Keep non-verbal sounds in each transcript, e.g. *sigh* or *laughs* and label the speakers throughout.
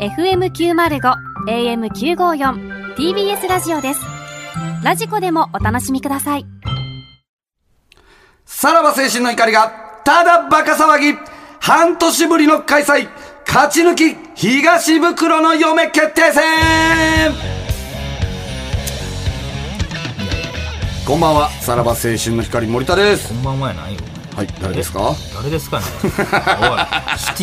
Speaker 1: FM905 AM954 TBS ラジオですラジコでもお楽しみください
Speaker 2: さらば青春の怒りが、ただバカ騒ぎ、半年ぶりの開催、勝ち抜き、東袋の嫁決定戦こんばんは、さらば青春の光森田です
Speaker 3: こ。んばんはやないよ。
Speaker 2: はい、誰ですか
Speaker 3: 誰ですかね。おい、シテ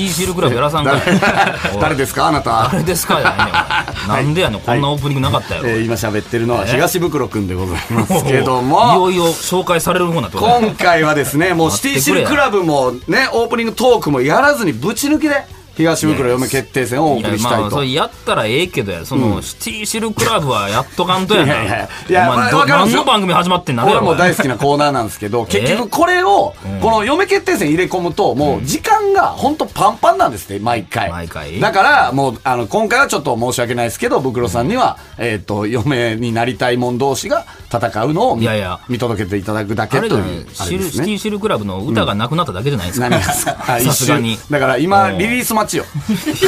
Speaker 3: ィシルクラブやらさんかい。
Speaker 2: *laughs* 誰ですかあなた。
Speaker 3: *laughs* 誰で
Speaker 2: *laughs*
Speaker 3: すかやないねん。なんでやねん、こんなオープニングなかったよ。
Speaker 2: えー今喋ってるのは東袋くんでございますけど
Speaker 3: いよ
Speaker 2: も、
Speaker 3: いよ紹介される方になってこと
Speaker 2: 今回はですね、もうシティシルクラブもね、オープニングトークもやらずにぶち抜きで、東袋嫁決定戦をお送りしたい
Speaker 3: まあ、
Speaker 2: と
Speaker 3: そ。れやったらええけどや、その、シティシルクラブはやっとかんとやな。
Speaker 2: いやいやいや
Speaker 3: お前
Speaker 2: まあ
Speaker 3: ど
Speaker 2: わかります
Speaker 3: 何
Speaker 2: よ
Speaker 3: の番組始まってんなる
Speaker 2: これ
Speaker 3: や
Speaker 2: も
Speaker 3: ろ。
Speaker 2: う大好きなコーナーなんですけ
Speaker 3: *laughs*
Speaker 2: ど、結局これを、この嫁決定戦入れ込むと、もう時間が本当パンパンなんですって、毎回。
Speaker 3: 毎回
Speaker 2: だから、もう、あの、今回はちょっと申し訳ないですけど、ブクロさんには、えっと、嫁になりたい者同士が戦うのを見
Speaker 3: いやいや
Speaker 2: 見届けていただくだけと
Speaker 3: あれ
Speaker 2: い
Speaker 3: だ
Speaker 2: う
Speaker 3: ね、
Speaker 2: あ
Speaker 3: シ
Speaker 2: れ
Speaker 3: ル
Speaker 2: です
Speaker 3: シティ
Speaker 2: ね。
Speaker 3: シルクラブの歌がなくなっただけじゃないです
Speaker 2: *laughs*
Speaker 3: か。
Speaker 2: 何ですかあ
Speaker 3: さすがに
Speaker 2: 一瞬だから今、
Speaker 3: うん
Speaker 2: リリース待ちよ。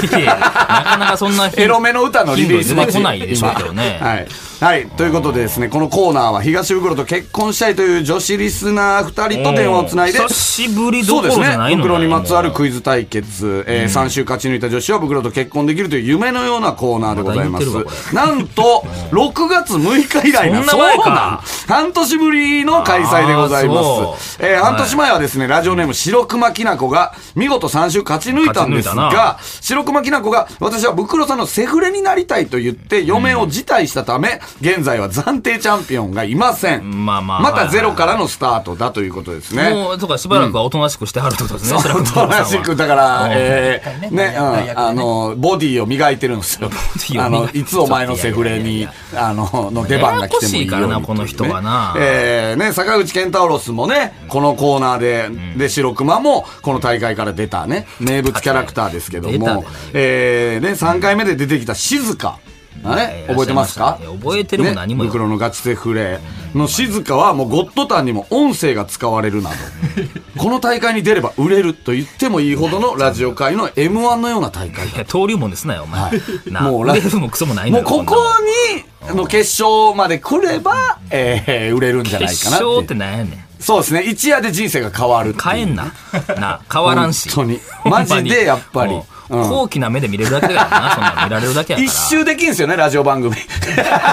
Speaker 3: いやいやなかなかそんな
Speaker 2: エロめの歌のリリース待ち。
Speaker 3: *laughs* 頻度出てこないでしょうけどね
Speaker 2: 今はい。はい。ということでですね、このコーナーは東袋と結婚したいという女子リスナー2人と電話をつないで、
Speaker 3: 久しぶりど
Speaker 2: そう
Speaker 3: こ
Speaker 2: で
Speaker 3: ろ
Speaker 2: す
Speaker 3: じ
Speaker 2: ね
Speaker 3: ゃない。の
Speaker 2: 袋にまつわるクイズ対決、えー3週勝ち抜いた女子は袋と結婚できるという夢のようなコーナーでございます。
Speaker 3: また言ってるわこ
Speaker 2: なんと、6月6日以来な、
Speaker 3: そんな前か
Speaker 2: そうなん半年ぶりの開催でござい
Speaker 3: あー
Speaker 2: ま
Speaker 3: そ
Speaker 2: す。
Speaker 3: う
Speaker 2: えー
Speaker 3: はい
Speaker 2: 半年前はですね、ラジオネーム白熊きなこが、見事3週勝ち抜いたんです
Speaker 3: 勝ち抜いた
Speaker 2: が、白熊きなこが、私は袋さんのセフレになりたいと言って、嫁を辞退したため、現在は暫定チャンピオンがいません。
Speaker 3: まあまあ
Speaker 2: ま
Speaker 3: はい
Speaker 2: た
Speaker 3: はい
Speaker 2: ゼロからのスタートだということですね。
Speaker 3: もう、とか、しばらくはおとなしくしてはるってことですね。それは
Speaker 2: おとなしく、だから、えー
Speaker 3: うん
Speaker 2: ね、うんあの、ボディを磨いてるんですよ
Speaker 3: ィ。を磨い
Speaker 2: あの、いつお前のセフレ
Speaker 3: い
Speaker 2: に
Speaker 3: やい、
Speaker 2: あの、の出番が来てもいいようにというね
Speaker 3: ややこしいからなこの人はな
Speaker 2: えーね、坂口健太郎スもね、このコーナーで、で、白熊も、この大会から出たね、名物キャラクターですけど
Speaker 3: 出たね
Speaker 2: も、えーね、3回目で出てきた静香。ね、覚えてますか
Speaker 3: いや覚えてるも何も
Speaker 2: ね
Speaker 3: よ
Speaker 2: 袋のガチセフレの静香はもうゴッドタンにも音声が使われるなど *laughs* この大会に出れば売れると言ってもいいほどのラジオ界の m 1のような大会
Speaker 3: いや登竜門ですなよ、お前。な
Speaker 2: も
Speaker 3: も
Speaker 2: う
Speaker 3: う、
Speaker 2: ラ
Speaker 3: レフもクソもないん
Speaker 2: も
Speaker 3: だ
Speaker 2: う
Speaker 3: よ
Speaker 2: ここ
Speaker 3: んなの
Speaker 2: にの決勝まで来れば、えー売れるんじゃない
Speaker 3: 決
Speaker 2: かなっていう
Speaker 3: 勝ってなんやねん。
Speaker 2: そうですね一夜で人生が変わるっていう
Speaker 3: 変えんな。な、変わらんし。
Speaker 2: 本当に
Speaker 3: ほんま
Speaker 2: マジでやっぱり
Speaker 3: もう
Speaker 2: うん
Speaker 3: 高貴な目で見れるだけだからな、そんなん見られるだけやから。
Speaker 2: 一周できんすよねラジオ番組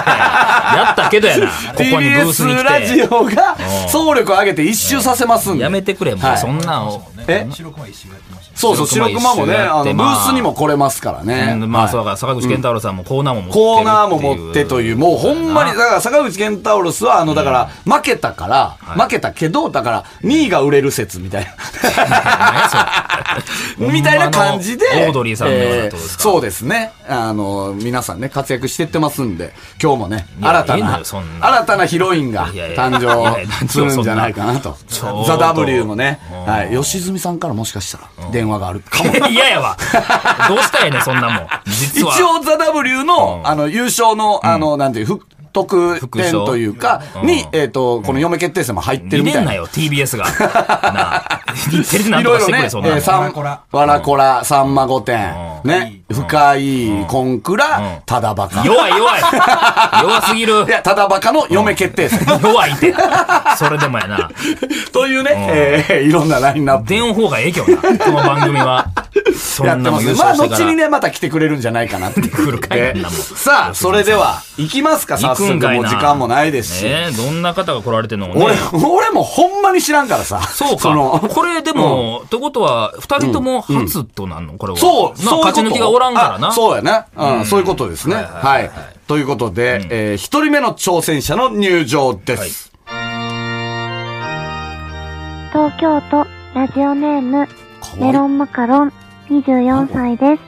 Speaker 3: やったけど
Speaker 2: *laughs*
Speaker 3: やな、ここにブースに
Speaker 2: TBS ラジ
Speaker 3: 来
Speaker 2: オが総力を上げて一周させますん
Speaker 3: て。
Speaker 2: で
Speaker 3: やめてくれ、も
Speaker 2: は
Speaker 3: う、
Speaker 2: い
Speaker 3: そんなんを。
Speaker 2: えそうそう、白
Speaker 3: 白
Speaker 2: 熊
Speaker 3: 熊
Speaker 2: も
Speaker 3: も
Speaker 2: ね、
Speaker 3: 一緒や
Speaker 2: あの、
Speaker 3: って
Speaker 2: ブ
Speaker 3: まあ
Speaker 2: ースにも来れますからね。
Speaker 3: うんまあ、
Speaker 2: はい
Speaker 3: そうか、坂口健太郎さんもコーナーも持ってるっていう
Speaker 2: コーナーも持ってという、もうほんまに、だから坂口健太郎スは、あの、だから、負けたから、負けたけど、だから、2位が売れる説みたいな。 *laughs* みたいな感じで。
Speaker 3: ほんまのオードリーさんのようなってことですか
Speaker 2: そうですね。あの、皆さんね、活躍してってますんで、今日もね、
Speaker 3: いや
Speaker 2: 新た
Speaker 3: いいの
Speaker 2: な、
Speaker 3: よそんな
Speaker 2: 新たなヒロインが
Speaker 3: いやいや
Speaker 2: 誕
Speaker 3: いやいや
Speaker 2: 生するんじゃないかな
Speaker 3: *laughs*
Speaker 2: と
Speaker 3: そん。な
Speaker 2: ザ・ W もね、
Speaker 3: ちょうど
Speaker 2: はい、吉住さんからもしかしたら、電話があるかも。
Speaker 3: *laughs* 嫌やわ。どうしたんやねん、そんなもん。
Speaker 2: 一
Speaker 3: 実は。
Speaker 2: 応、ザ・ W の、
Speaker 3: うん
Speaker 2: あの、優勝の、あの、なんていう、ふ特
Speaker 3: 副
Speaker 2: 典
Speaker 3: 賞
Speaker 2: というか、
Speaker 3: うん
Speaker 2: に、えっ、と、この嫁決定戦も入ってるみ
Speaker 3: 入れ
Speaker 2: たい
Speaker 3: んな
Speaker 2: な。
Speaker 3: よ、TBS が。なあ。テレビなん
Speaker 2: い
Speaker 3: と
Speaker 2: ろ
Speaker 3: か
Speaker 2: い
Speaker 3: し
Speaker 2: ろ
Speaker 3: てく
Speaker 2: ね、えー、
Speaker 3: れ、そんなの。
Speaker 2: さん、わらこら、さんま御殿、
Speaker 3: うん
Speaker 2: ね、深い、こんく
Speaker 3: う
Speaker 2: ら
Speaker 3: ん、
Speaker 2: ただバカ。い
Speaker 3: 弱い弱い。弱すぎる。
Speaker 2: や、ただバカの嫁決定戦。
Speaker 3: 弱いって。それでもやな。
Speaker 2: *laughs* というね、えーいろんなラインナップ。
Speaker 3: 電音方がええけどな、この番組は。そん
Speaker 2: や
Speaker 3: な
Speaker 2: って
Speaker 3: の
Speaker 2: ま
Speaker 3: も優
Speaker 2: す。まあ、
Speaker 3: 勝してか
Speaker 2: 後に
Speaker 3: ら。
Speaker 2: ね、また来てくれるんじゃないかなって。
Speaker 3: *laughs* 来るかいなもん
Speaker 2: さあ、それでは、行きますか、早
Speaker 3: 行く
Speaker 2: 速。
Speaker 3: んかい
Speaker 2: もう
Speaker 3: な。
Speaker 2: 時間もないですし。
Speaker 3: ねえどんな方が来られてんのかね
Speaker 2: 俺、俺もほんまに知らんからさ。
Speaker 3: そうか。
Speaker 2: の
Speaker 3: これでも、ってことは、二人とも初となんのこれは。
Speaker 2: そう、
Speaker 3: な
Speaker 2: そういうこと
Speaker 3: 勝ち抜きがおらんからな。
Speaker 2: あそうやな。うん、そういうことですね。はい。ということで、えー一人目の挑戦者の入場です。
Speaker 4: 東京都ラジオネームメロンマカロン24歳です。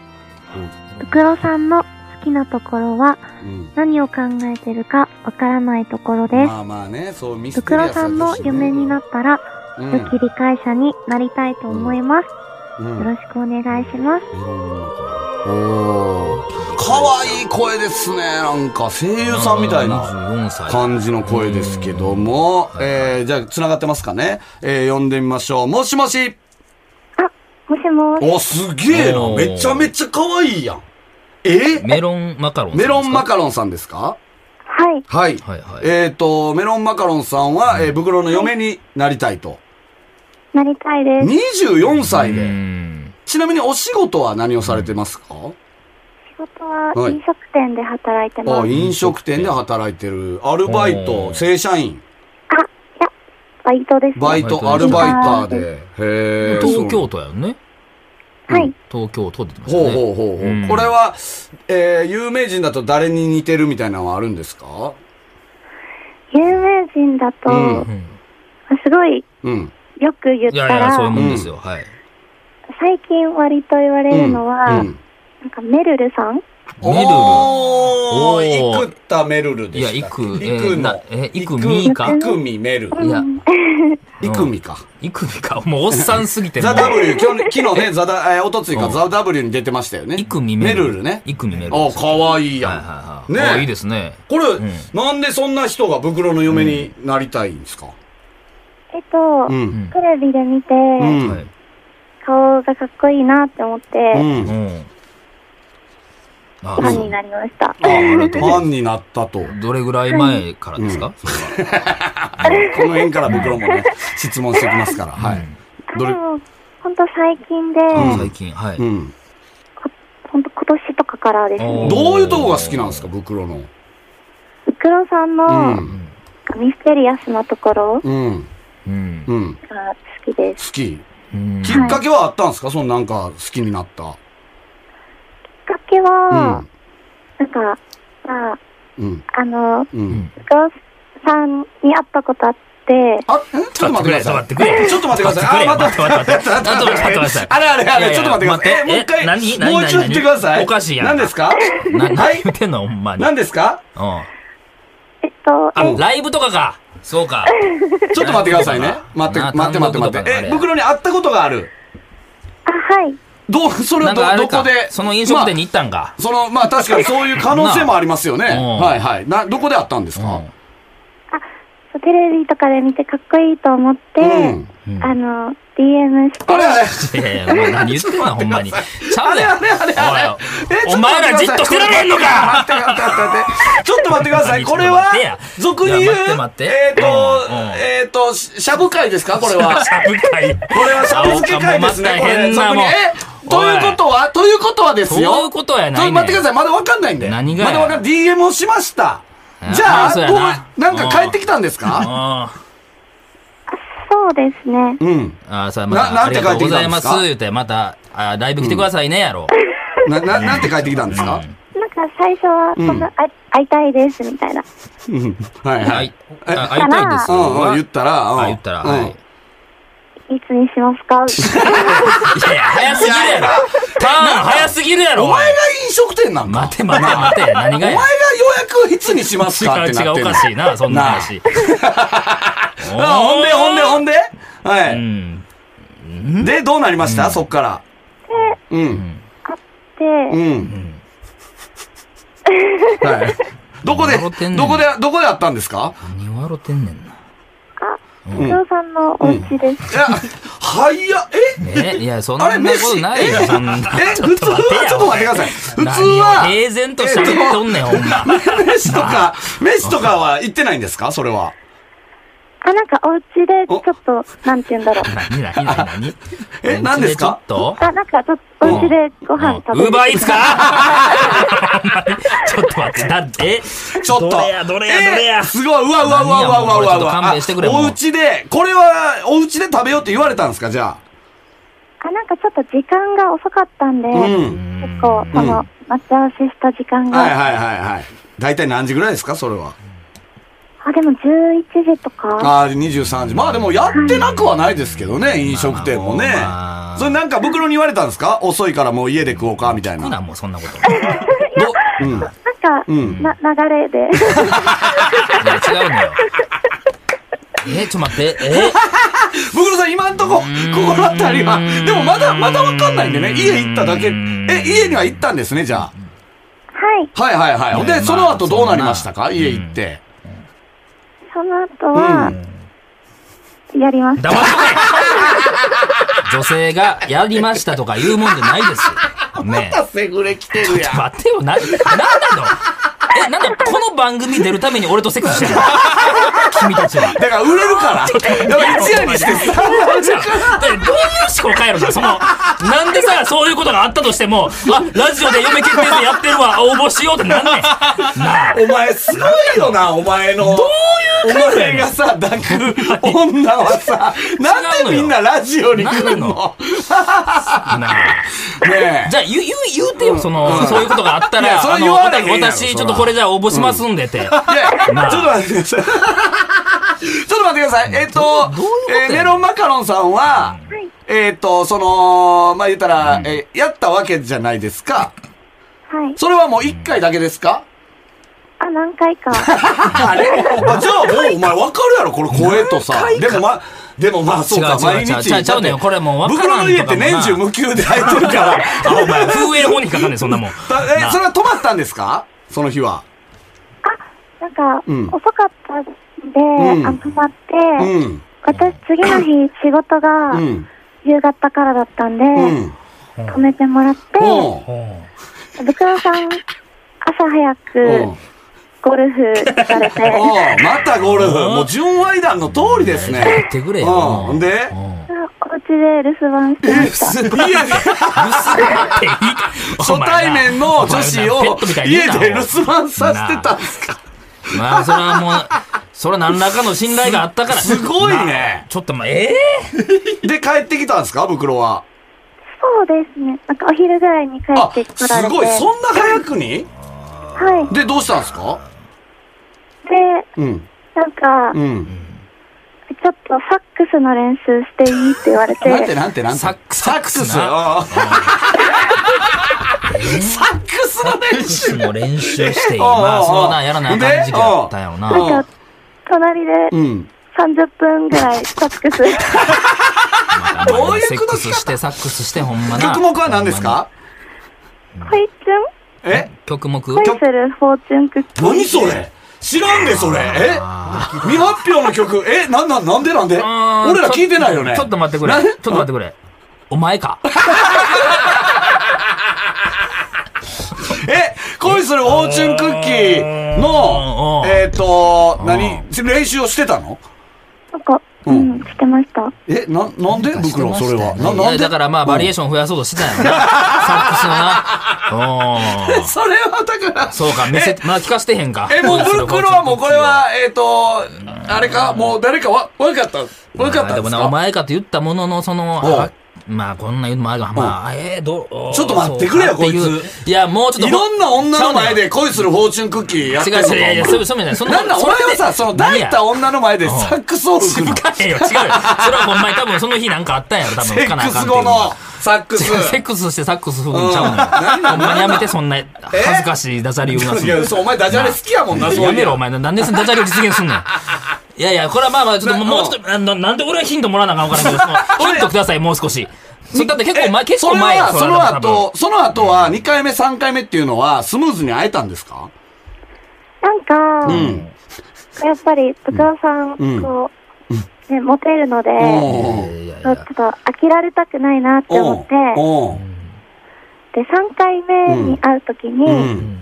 Speaker 4: うくろさんの好きなところは
Speaker 2: うん
Speaker 4: 何を考えてるかわからないところです
Speaker 2: ま。あまあね、そうミス
Speaker 4: う
Speaker 2: テ
Speaker 4: く
Speaker 2: リ
Speaker 4: ろ
Speaker 2: アス
Speaker 4: さんの夢になったら、
Speaker 2: う
Speaker 4: 武器理解者になりたいと思いま
Speaker 2: う
Speaker 4: す。
Speaker 2: ん
Speaker 4: よろしくお願いします。
Speaker 2: おー可愛い声ですね。なんか声優さんみたいな。
Speaker 3: 24歳。
Speaker 2: 感じの声ですけども、えー、じゃあ、繋がってますかねえー、呼んでみましょう。もしもし
Speaker 4: あ、もしもし。
Speaker 2: お、すげえな。
Speaker 3: おー
Speaker 2: めちゃめちゃ可愛いやん。え
Speaker 3: メロンマカロンさんで
Speaker 2: メ
Speaker 3: すか
Speaker 2: ロンマカロンさんですか
Speaker 4: はい。
Speaker 2: はい。
Speaker 3: はいはい
Speaker 2: えっ、と、メロンマカロンさんは、えー、ブクロの嫁になりたいと。
Speaker 4: なりたいです。
Speaker 2: 24歳
Speaker 3: うー
Speaker 2: で。
Speaker 3: ん
Speaker 2: ちなみにお仕事は何をされてますか、
Speaker 4: 仕事は
Speaker 2: はい
Speaker 4: 飲食店で働いてます。
Speaker 2: あ
Speaker 4: あ、い
Speaker 2: 飲食店で働いてる。アルバイ
Speaker 3: お
Speaker 2: ト、
Speaker 3: ー
Speaker 2: 正社員、
Speaker 4: や、バイトです、ね。
Speaker 2: バイト、アルバイターで。へー
Speaker 3: 東京都やんね。
Speaker 4: はい。
Speaker 3: 東京都って言ってま
Speaker 2: ほう
Speaker 3: したね。
Speaker 2: ほうほうほう。
Speaker 3: うん
Speaker 2: これは、えー、有名人だと誰に似てるみたいなのはあるんですか
Speaker 4: 有名人だと、
Speaker 2: うん
Speaker 3: うん
Speaker 4: すごい
Speaker 2: うん。
Speaker 4: よく言
Speaker 3: い
Speaker 4: った
Speaker 3: やいや、
Speaker 4: ら、
Speaker 3: そういうもんですよ。はい。
Speaker 4: 最近割と言われるのは、
Speaker 2: うん
Speaker 4: なんかメルルさん
Speaker 3: メルル
Speaker 2: お
Speaker 3: お
Speaker 2: ー、
Speaker 3: ー
Speaker 2: いくったメルルでしたっけ。
Speaker 3: いやいくえ
Speaker 2: い
Speaker 3: ー
Speaker 2: く
Speaker 3: な
Speaker 2: の。
Speaker 3: えーいくみーか
Speaker 2: いくみメルル。
Speaker 3: いや、
Speaker 2: いくみか。
Speaker 3: いくみか。 *laughs* もうおっさんすぎても
Speaker 2: ザ・
Speaker 3: う。
Speaker 2: W、昨日昨日ね、ザダ、えー、おとついか、
Speaker 3: うん
Speaker 2: ザ・ W に出てましたよね。
Speaker 3: いくみ
Speaker 2: メ
Speaker 3: メル
Speaker 2: ルルね。
Speaker 3: いくみメルル。
Speaker 2: あ、かわいい
Speaker 3: はい
Speaker 2: や
Speaker 3: はい
Speaker 2: ん。
Speaker 3: はい。あいい
Speaker 2: ね
Speaker 3: ですね。
Speaker 2: これ、
Speaker 3: ん
Speaker 2: なんでそんな人が袋の嫁になりたいんですか
Speaker 4: えっと、
Speaker 2: うん。
Speaker 4: テレビで見て、
Speaker 2: うん
Speaker 3: はい。
Speaker 4: 顔がかっこいいなって思って、
Speaker 2: う
Speaker 4: フ
Speaker 2: ん。
Speaker 3: う
Speaker 2: フ
Speaker 3: ん。あ
Speaker 4: ァンになりました。
Speaker 2: ァンになったと。
Speaker 3: どれぐらい前からですか、それ
Speaker 2: この辺から袋もね、質問してきますから。は
Speaker 3: う
Speaker 2: い
Speaker 3: ん。
Speaker 4: あ
Speaker 2: ど
Speaker 4: で
Speaker 2: れ
Speaker 4: も、ほんと最近で、
Speaker 2: うん
Speaker 3: 最近。はい。
Speaker 2: うん。
Speaker 4: ほんと今年とかからです
Speaker 3: お
Speaker 4: ね、
Speaker 2: どういうとこが好きなんですか、袋の。
Speaker 4: ブクロさんの、
Speaker 2: う
Speaker 3: うん
Speaker 2: ん。
Speaker 4: ミステリアスなところ
Speaker 2: うん。
Speaker 3: うん。
Speaker 2: うん。
Speaker 4: が好きです。
Speaker 2: 好き。
Speaker 3: うん
Speaker 2: きっかけはあったんですかそのなんか好きになった。
Speaker 4: きっかけは、
Speaker 2: う
Speaker 4: なんか、まあ、
Speaker 2: ん。うん。
Speaker 4: あの、
Speaker 2: う。
Speaker 3: うんん
Speaker 4: ブクロさんに会ったことあって、
Speaker 2: あ、んちょっと待ってください。ちょっと待ってください。あ、待って、待って、あれあれあれ、ちょっと待ってください。え、もう一回、もう一度言ってください。何ですか
Speaker 3: な
Speaker 2: はい
Speaker 3: 何言ってんのほんまに。
Speaker 2: 何ですか
Speaker 3: うん。
Speaker 4: えっと、
Speaker 3: あ、ライブとかか。そうか。
Speaker 2: ちょっと待ってくださいね。待って、待って、待って、待って。え、袋に会ったことがある。
Speaker 4: あ、はい。
Speaker 2: どう、それは
Speaker 3: なんかあ
Speaker 2: ど、
Speaker 3: れ
Speaker 2: どこ
Speaker 3: か
Speaker 2: で。
Speaker 3: その飲食店に行ったんか。
Speaker 2: その、まあ確かにそういう可能性もありますよね。はいはい。な、どこで会ったんですか
Speaker 4: そうテレビとかで見てかっこいいと思って、
Speaker 2: うん
Speaker 3: うん
Speaker 4: あの、DM して、
Speaker 2: あれあれ
Speaker 3: いやいや、もう何言ってんのほんまに。ちゃ
Speaker 2: あ
Speaker 3: う
Speaker 2: れ
Speaker 3: やん
Speaker 2: あ。れあれあれえ
Speaker 3: おいお前らじっとしてられんのか
Speaker 2: ちょっと待ってくださいちょっと待ってください。これは
Speaker 3: 待ってや、
Speaker 2: 俗に言う、
Speaker 3: いや待って待って
Speaker 2: えっ、
Speaker 3: うんうん
Speaker 2: と、えっ、と、ししゃぶ会ですかこれは。
Speaker 3: しゃぶ会。こ
Speaker 2: これはしゃぶ漬け会ですね。これ、
Speaker 3: 変
Speaker 2: 俗
Speaker 3: な
Speaker 2: に。
Speaker 3: もん。
Speaker 2: え、ということはということはですよ。
Speaker 3: そういうことやないね
Speaker 2: ち
Speaker 3: ん
Speaker 2: ょっ待ってください。まだわかんないんで。
Speaker 3: 何が
Speaker 2: ま
Speaker 3: や
Speaker 2: だわかん DM をしました
Speaker 3: あ。
Speaker 2: じゃあ、
Speaker 3: あそうや
Speaker 2: こ
Speaker 3: な
Speaker 2: う、なんか帰ってきたんですか
Speaker 3: あ
Speaker 4: そうですね。
Speaker 2: うん。
Speaker 3: あー、さあ、また、
Speaker 2: なな
Speaker 3: あ
Speaker 2: ん
Speaker 3: り
Speaker 2: て
Speaker 3: が
Speaker 2: 書
Speaker 3: と
Speaker 2: いうて
Speaker 3: ご
Speaker 2: き
Speaker 3: ざ
Speaker 2: た
Speaker 3: い
Speaker 2: んで
Speaker 3: ますす
Speaker 2: か。
Speaker 3: 言うて、また、あーライブ来てくださいね、やろ。
Speaker 2: な、な、なんて帰ってきたんですか
Speaker 4: なんか最初は、そんな、あ会いたいです、みたいな。
Speaker 2: うんはいは
Speaker 3: はいい。。あ会いたいんです
Speaker 2: う
Speaker 3: よ。
Speaker 2: んうん、言ったら、うん
Speaker 3: あ言ったら、はい。
Speaker 4: いつにしますか
Speaker 3: いやいや、早すぎるやろ。ターン早すぎるやろ。
Speaker 2: お前が飲食店なんか
Speaker 3: 待て待て待て。何
Speaker 2: お
Speaker 3: が
Speaker 2: 前
Speaker 3: や
Speaker 2: が。予約いつにしますかっ
Speaker 3: *laughs* 違
Speaker 2: て
Speaker 3: う
Speaker 2: なってんの
Speaker 3: 違う、おかしいな、そんな話。
Speaker 2: あほんでほんでほんでは
Speaker 3: う
Speaker 2: い、
Speaker 3: ん。
Speaker 2: でどうなりました、そっからうん
Speaker 4: で、
Speaker 2: うん、はいどこで
Speaker 3: 笑ってんねん
Speaker 2: どこでどこであったんですか
Speaker 3: 何笑ってんねんな。
Speaker 4: 伊藤さんのお家です。
Speaker 2: いやはいやえ
Speaker 3: え、いや、そんな
Speaker 2: あれ
Speaker 3: こと
Speaker 2: 飯
Speaker 3: ないよ、
Speaker 2: え
Speaker 3: そんな。
Speaker 2: え普通はちょっと待ってください普通は
Speaker 3: 何を平然と喋っとんねん、ほんま。
Speaker 2: 飯とか飯とかは行ってないんですかそれは
Speaker 4: あ、なんかお家で、ちょっと、なんて言うんだろう。
Speaker 3: 何、何、何
Speaker 2: え何ですか
Speaker 3: ちょっと
Speaker 4: あ、なんかちょっと、お家でご飯食べ
Speaker 3: ウーバーイーツ
Speaker 4: か
Speaker 3: か *laughs* ちょっと待って、だって、え
Speaker 2: ちょっと。
Speaker 3: どれや、どれや、どれ
Speaker 2: え
Speaker 3: や
Speaker 2: ー。すごい、うわうわうわうわうわうわうわ。
Speaker 3: 何やもうちょっと勘弁してくれ
Speaker 2: あ
Speaker 3: もう
Speaker 2: お家で、これは、お家で食べようって言われたんですか、じゃ
Speaker 4: あ、なんかちょっと時間が遅かったんで、
Speaker 2: あ。うん。
Speaker 4: 結構、その、待ち合わせした時間が、
Speaker 2: はいはいはいはい。大体何時ぐらいですか、それは。
Speaker 4: あ、でも11時とか、
Speaker 2: ああ、23時。まあでもやってなくはないですけどね、飲食店もね
Speaker 3: まあ。
Speaker 2: それなんか袋に言われたんですか遅いからもう家で食おうか、みたい
Speaker 3: 行く
Speaker 2: な。
Speaker 3: な、もうそんなこと。
Speaker 2: どうん。
Speaker 4: なんか、
Speaker 2: うん
Speaker 4: な、流れで、
Speaker 3: いや、違うのよ。え、ちょっと待って、え
Speaker 2: 袋さん今んとこ、心当たりは。でもまだ、まだわかんないんでね、家行っただけ。え、家には行ったんですね、じゃあ。
Speaker 4: はい。
Speaker 2: はいはいはい。ほん
Speaker 3: いや
Speaker 2: で、
Speaker 3: まあ
Speaker 2: その後どうなりました
Speaker 3: そ
Speaker 2: か
Speaker 3: んな
Speaker 2: 家行って。
Speaker 4: その後は、やりました。
Speaker 3: 黙っとけ女性がやりましたとか言うもんじゃないです。
Speaker 2: ま
Speaker 3: ねえ
Speaker 2: たセグレ来てるやん。
Speaker 3: 待ってよ、な、なんなのえ、なんだ、この番組出るために俺とセックスしてるの君たちは。
Speaker 2: だから売れるから。やっぱ一夜にしてさ。
Speaker 3: じゃあでどういう思考変えるんだその、なんでさ、そういうことがあったとしても、あ、ラジオで嫁決定戦やってるわ、応募しようってなんねん。なあ。
Speaker 2: お前すごいよな、お前の。どういうお前がさ、抱く女はさ、なんでみんなラジオに来る
Speaker 3: 何なの
Speaker 2: の
Speaker 3: なあ
Speaker 2: ね
Speaker 3: じゃあ、言う、言う、言うてよ、その、そういうことがあった
Speaker 2: いや
Speaker 3: ら、
Speaker 2: それ
Speaker 3: あ
Speaker 2: 言
Speaker 3: の、
Speaker 2: わなきゃいいやろ
Speaker 3: 私、
Speaker 2: そ
Speaker 3: ち
Speaker 2: ら
Speaker 3: ょっとこれじゃあ応募しますんでって。
Speaker 2: え。いや、ちょっと
Speaker 3: なあ
Speaker 2: 待ってください。ちょっと待ってください。えっと
Speaker 3: どどういうこと、や
Speaker 2: えーメロンマカロンさんは、えっと、その、まあ、言ったら、えーやったわけじゃないですか。
Speaker 4: はい。
Speaker 2: それはもう一回だけですか
Speaker 4: あ、何回
Speaker 2: *laughs*
Speaker 4: か。
Speaker 2: あれじゃあもうお前わかるやろこれ声とさ。でもま、でもまあそうか、
Speaker 3: 違う違う違
Speaker 2: 毎
Speaker 3: う
Speaker 2: 日。
Speaker 3: ちゃうちゃうねんこれもうわからん
Speaker 2: 袋の家って年中無休で入ってる *laughs* から。
Speaker 3: あ、お前、風営法に引っかかんねん、そんなもん。
Speaker 2: た
Speaker 3: な
Speaker 2: え、それは止まったんですかその日は。
Speaker 4: なんか、
Speaker 2: うん
Speaker 4: 遅かったんで、
Speaker 2: うん
Speaker 4: あの止まって、
Speaker 2: うん。
Speaker 4: 私、次の日、仕事が
Speaker 2: うん。
Speaker 4: 夕方からだったんで、
Speaker 2: うん。
Speaker 4: 止めてもらって、
Speaker 2: うん。
Speaker 3: うん
Speaker 4: ブクロさん、朝早
Speaker 2: うん
Speaker 4: く、ゴルフされて、
Speaker 2: お *laughs* うまたゴルフ。もう純愛団の通りです
Speaker 3: や
Speaker 2: ね
Speaker 3: っ。てくれよ。
Speaker 2: うん。んで
Speaker 3: う、ん
Speaker 4: お家で留守番してまし
Speaker 2: 家
Speaker 4: た。
Speaker 2: で、 *laughs*
Speaker 3: *laughs*
Speaker 2: 初対面の女子を家で留守番させてたんですか
Speaker 3: まあ、それはもう、それは何らかの信頼があったから。
Speaker 2: すすごいね
Speaker 3: まあちょっとまあ、ええ
Speaker 2: で、帰ってきたんですか袋は。
Speaker 4: そうですね。なんかお昼ぐらいに帰
Speaker 2: あ、
Speaker 4: ってこられ
Speaker 2: す
Speaker 4: て。
Speaker 2: ごい。そんな早くに
Speaker 4: はい。
Speaker 2: で、どうしたんですか
Speaker 4: で、
Speaker 2: うん。
Speaker 4: なんか、
Speaker 2: うん。
Speaker 4: ちょっとサックスの練習していいって言われて、
Speaker 2: なんてなんてなんて。
Speaker 3: サックス
Speaker 2: サックス。
Speaker 3: な
Speaker 2: あーサックスの練習。
Speaker 3: もう練習していい。
Speaker 2: おうおうおう
Speaker 3: まあ、そうな、やらなあかん時期やったよ
Speaker 2: でお
Speaker 3: な。
Speaker 4: なんか、隣で
Speaker 2: うん。
Speaker 4: 30分ぐらいサックス。
Speaker 2: どういうこと
Speaker 3: セックスして、サックスして、ほんまな。
Speaker 2: 曲目は何ですか
Speaker 4: ホイチュン
Speaker 2: え
Speaker 3: 曲目
Speaker 4: ホイッスルフォーチュンクッキー。
Speaker 2: 何それ知らんで、それ。え未発表の曲。えなんなん、なんでなんで
Speaker 3: あー
Speaker 2: 俺ら聞いてないよね。
Speaker 3: ちょちょっと待ってくれ。
Speaker 2: な
Speaker 3: ちょっと待ってくれ。お前か。
Speaker 2: え、恋するフォーチュンクッキーの
Speaker 3: う、ん
Speaker 2: えっ、と、
Speaker 3: ん
Speaker 2: 何、練習をしてたの
Speaker 4: なんか、うん、してました。
Speaker 2: え、な、なんで
Speaker 3: して
Speaker 2: 袋
Speaker 3: ま
Speaker 2: そ
Speaker 3: し
Speaker 2: れ
Speaker 3: たよ
Speaker 2: は。
Speaker 3: ね
Speaker 2: な、
Speaker 3: い
Speaker 2: なん
Speaker 3: や
Speaker 2: で
Speaker 3: だからまあ、バリエーション増やそうとしてた
Speaker 2: *laughs*
Speaker 3: んやろな。サックスのな。うん。
Speaker 2: それはだから、
Speaker 3: そうか、見せ、まだ聞かせてへんか。
Speaker 2: え、もう袋はもうこれは、えっ、と、あれか、もう誰かわ、わかった、わかったん
Speaker 3: で
Speaker 2: で
Speaker 3: も
Speaker 2: す
Speaker 3: な、お
Speaker 2: か
Speaker 3: 前かと言ったものの、その、
Speaker 2: おう
Speaker 3: あまあ、こんなん言うのもあるが、まあ、ええ、どう、
Speaker 2: ちょっと待ってくれよ
Speaker 3: そうかってう
Speaker 2: こい
Speaker 3: いや、もうちょっと。
Speaker 2: いろんな女の前で恋するフォーチュンクッキーやっ
Speaker 3: 違
Speaker 2: て
Speaker 3: う
Speaker 2: るの
Speaker 3: 違う
Speaker 2: か
Speaker 3: いやいや、
Speaker 2: お
Speaker 3: そう
Speaker 2: 前
Speaker 3: いう、そういうの
Speaker 2: な
Speaker 3: じゃないそん
Speaker 2: んだ、お前はさ、その、抱いた
Speaker 3: 女
Speaker 2: 女の前で
Speaker 3: ん
Speaker 2: サックスを吹くの。
Speaker 3: かへんよ、違うよ。それはほんまに多分その日なんかあったんやろ、多分
Speaker 2: セ
Speaker 3: 吹か
Speaker 2: ッ
Speaker 3: なあ
Speaker 2: ク
Speaker 3: か
Speaker 2: ス
Speaker 3: んってい
Speaker 2: 後
Speaker 3: うの
Speaker 2: の
Speaker 3: は。
Speaker 2: サックス。
Speaker 3: 違うセックスしてサックス吹くんちゃうの
Speaker 2: うん
Speaker 3: よ。ほんまにやめて、そんな、恥ずかしいダジャレ言うなす
Speaker 2: いや、そう、お前ダジャレ好きやもんな、そう
Speaker 3: やめろ、お
Speaker 2: いう。
Speaker 3: 前。なんでそのダジャレを実現すんの *laughs* いやいや、これはまあまあ、ちょっともうもうちょっと、あのなんで俺はヒントもらわなあかんわからんけどそ
Speaker 2: *laughs*
Speaker 3: の、ヒントください、もう少し。そだって結構前、結構前や
Speaker 2: それは、その
Speaker 3: 多分
Speaker 2: 後、その後は、2回目、3回目っていうのは、スムーズに会えたんですか
Speaker 4: なんか、
Speaker 2: うん。
Speaker 4: やっぱり、ブクロさん、
Speaker 2: うん
Speaker 4: こう、ね、モテるので、
Speaker 2: おう
Speaker 3: いやい
Speaker 4: ちょ
Speaker 3: や
Speaker 4: っ
Speaker 3: いや
Speaker 4: と飽きられたくないなって思って、
Speaker 2: おう
Speaker 4: で、3回目に会うときに、
Speaker 2: う。
Speaker 3: うんん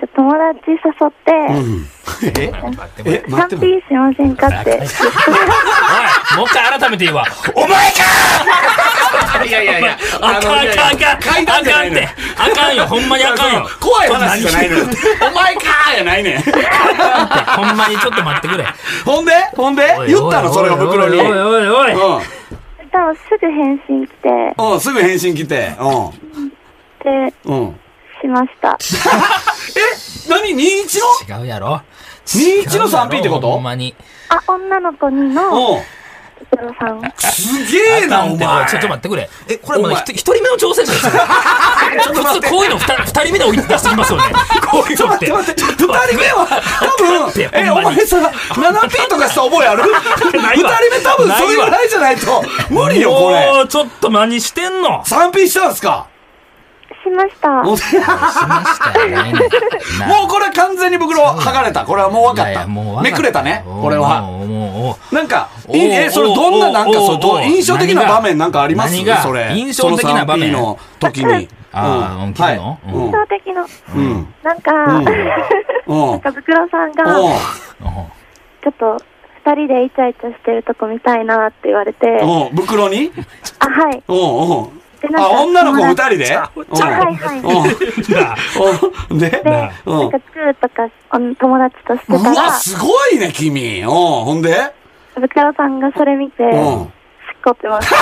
Speaker 4: ちょっと友達誘って、
Speaker 2: うん。え
Speaker 3: 待って
Speaker 2: え
Speaker 4: 賛
Speaker 2: 待って
Speaker 4: 否しませんかって。
Speaker 3: おい、もう一回改めて言う
Speaker 2: *laughs*
Speaker 3: わ。お前か
Speaker 2: いやいやいや、
Speaker 3: あかんあかんあかん。あ
Speaker 2: 階
Speaker 3: か
Speaker 2: 段
Speaker 3: ん
Speaker 2: じゃない
Speaker 3: っ
Speaker 2: の
Speaker 3: て
Speaker 2: よ。
Speaker 3: あかんよ、ほんまにあかんよ。
Speaker 2: 怖い話じゃないのよ。お前かーやないねん。
Speaker 3: ほんまにちょっと待ってくれ。
Speaker 2: ほんでほんで
Speaker 3: おい
Speaker 2: 言ったのそれを袋に。
Speaker 3: おいおいおいおい。
Speaker 4: 歌をすぐ返信来て、
Speaker 2: うん。うん、すぐ返信来て。
Speaker 4: で、
Speaker 2: うん。うん。
Speaker 4: しました。
Speaker 2: え何 ?21 の
Speaker 3: 違うやろ。
Speaker 2: 21の 3P ってこ
Speaker 3: ほん
Speaker 2: と
Speaker 3: まに。
Speaker 4: あ、女の子にの、
Speaker 2: うん。
Speaker 4: ブクロさん。
Speaker 2: すげえな、お前。
Speaker 3: ちょっと待ってくれ。え、これまだ
Speaker 2: お前
Speaker 3: 一人目の挑戦
Speaker 2: *laughs*
Speaker 3: 者ですよ。ちょっと普通こういうの二二人目で追い出してきますよね。こういう
Speaker 2: ちょっ
Speaker 3: の
Speaker 2: と
Speaker 3: って。
Speaker 2: 待って待って、二人目は、多分、え、
Speaker 3: ほんま
Speaker 2: お
Speaker 3: に
Speaker 2: 前さ、7P とかした覚え *laughs* ある二
Speaker 3: ない
Speaker 2: 人
Speaker 3: わ
Speaker 2: 目多分そういうのないじゃないと、無理よ、こ
Speaker 3: も
Speaker 2: れ。
Speaker 3: うちょっと何してんの
Speaker 2: 3P したんすか
Speaker 4: しました。
Speaker 2: もう
Speaker 3: しましたよね。
Speaker 2: もうこれは完全に袋剥がれた。これはもう分かった。めくれたね、これは。
Speaker 3: もう、も
Speaker 2: なんか、
Speaker 3: お
Speaker 2: いいね。それどんな、なんか、
Speaker 3: お
Speaker 2: そうど
Speaker 3: お
Speaker 2: う印象的な場面なんかあります
Speaker 3: 何が
Speaker 2: それ。
Speaker 3: 印象的な場面
Speaker 2: その 3P の時に。
Speaker 3: *laughs* あー
Speaker 2: うん
Speaker 3: 聞くの
Speaker 2: はい
Speaker 3: うん
Speaker 2: うん
Speaker 4: 印象的な、
Speaker 2: うん。
Speaker 4: なんか、
Speaker 2: うんう
Speaker 4: *laughs* なん
Speaker 2: ん
Speaker 4: か、ブクロさんが、
Speaker 2: おう
Speaker 4: ちょっと、二人でイチャイチャしてるとこ見たいなって言われて、
Speaker 2: おう袋に
Speaker 4: あ、はい。
Speaker 2: おうおう
Speaker 4: で、なん
Speaker 2: あ、
Speaker 4: か、
Speaker 2: 女の子二
Speaker 4: 友達
Speaker 2: 人で
Speaker 4: はいはい。
Speaker 2: おうおうおうで
Speaker 4: で、
Speaker 3: なあ
Speaker 2: うん
Speaker 4: なんか、チューとか、お友達として
Speaker 2: う
Speaker 4: た
Speaker 2: わ、
Speaker 4: ら、
Speaker 2: すごいね、君。おうほんで
Speaker 4: ブクロさんがそれ見て、
Speaker 2: う
Speaker 4: しっ
Speaker 2: ん
Speaker 4: こってます。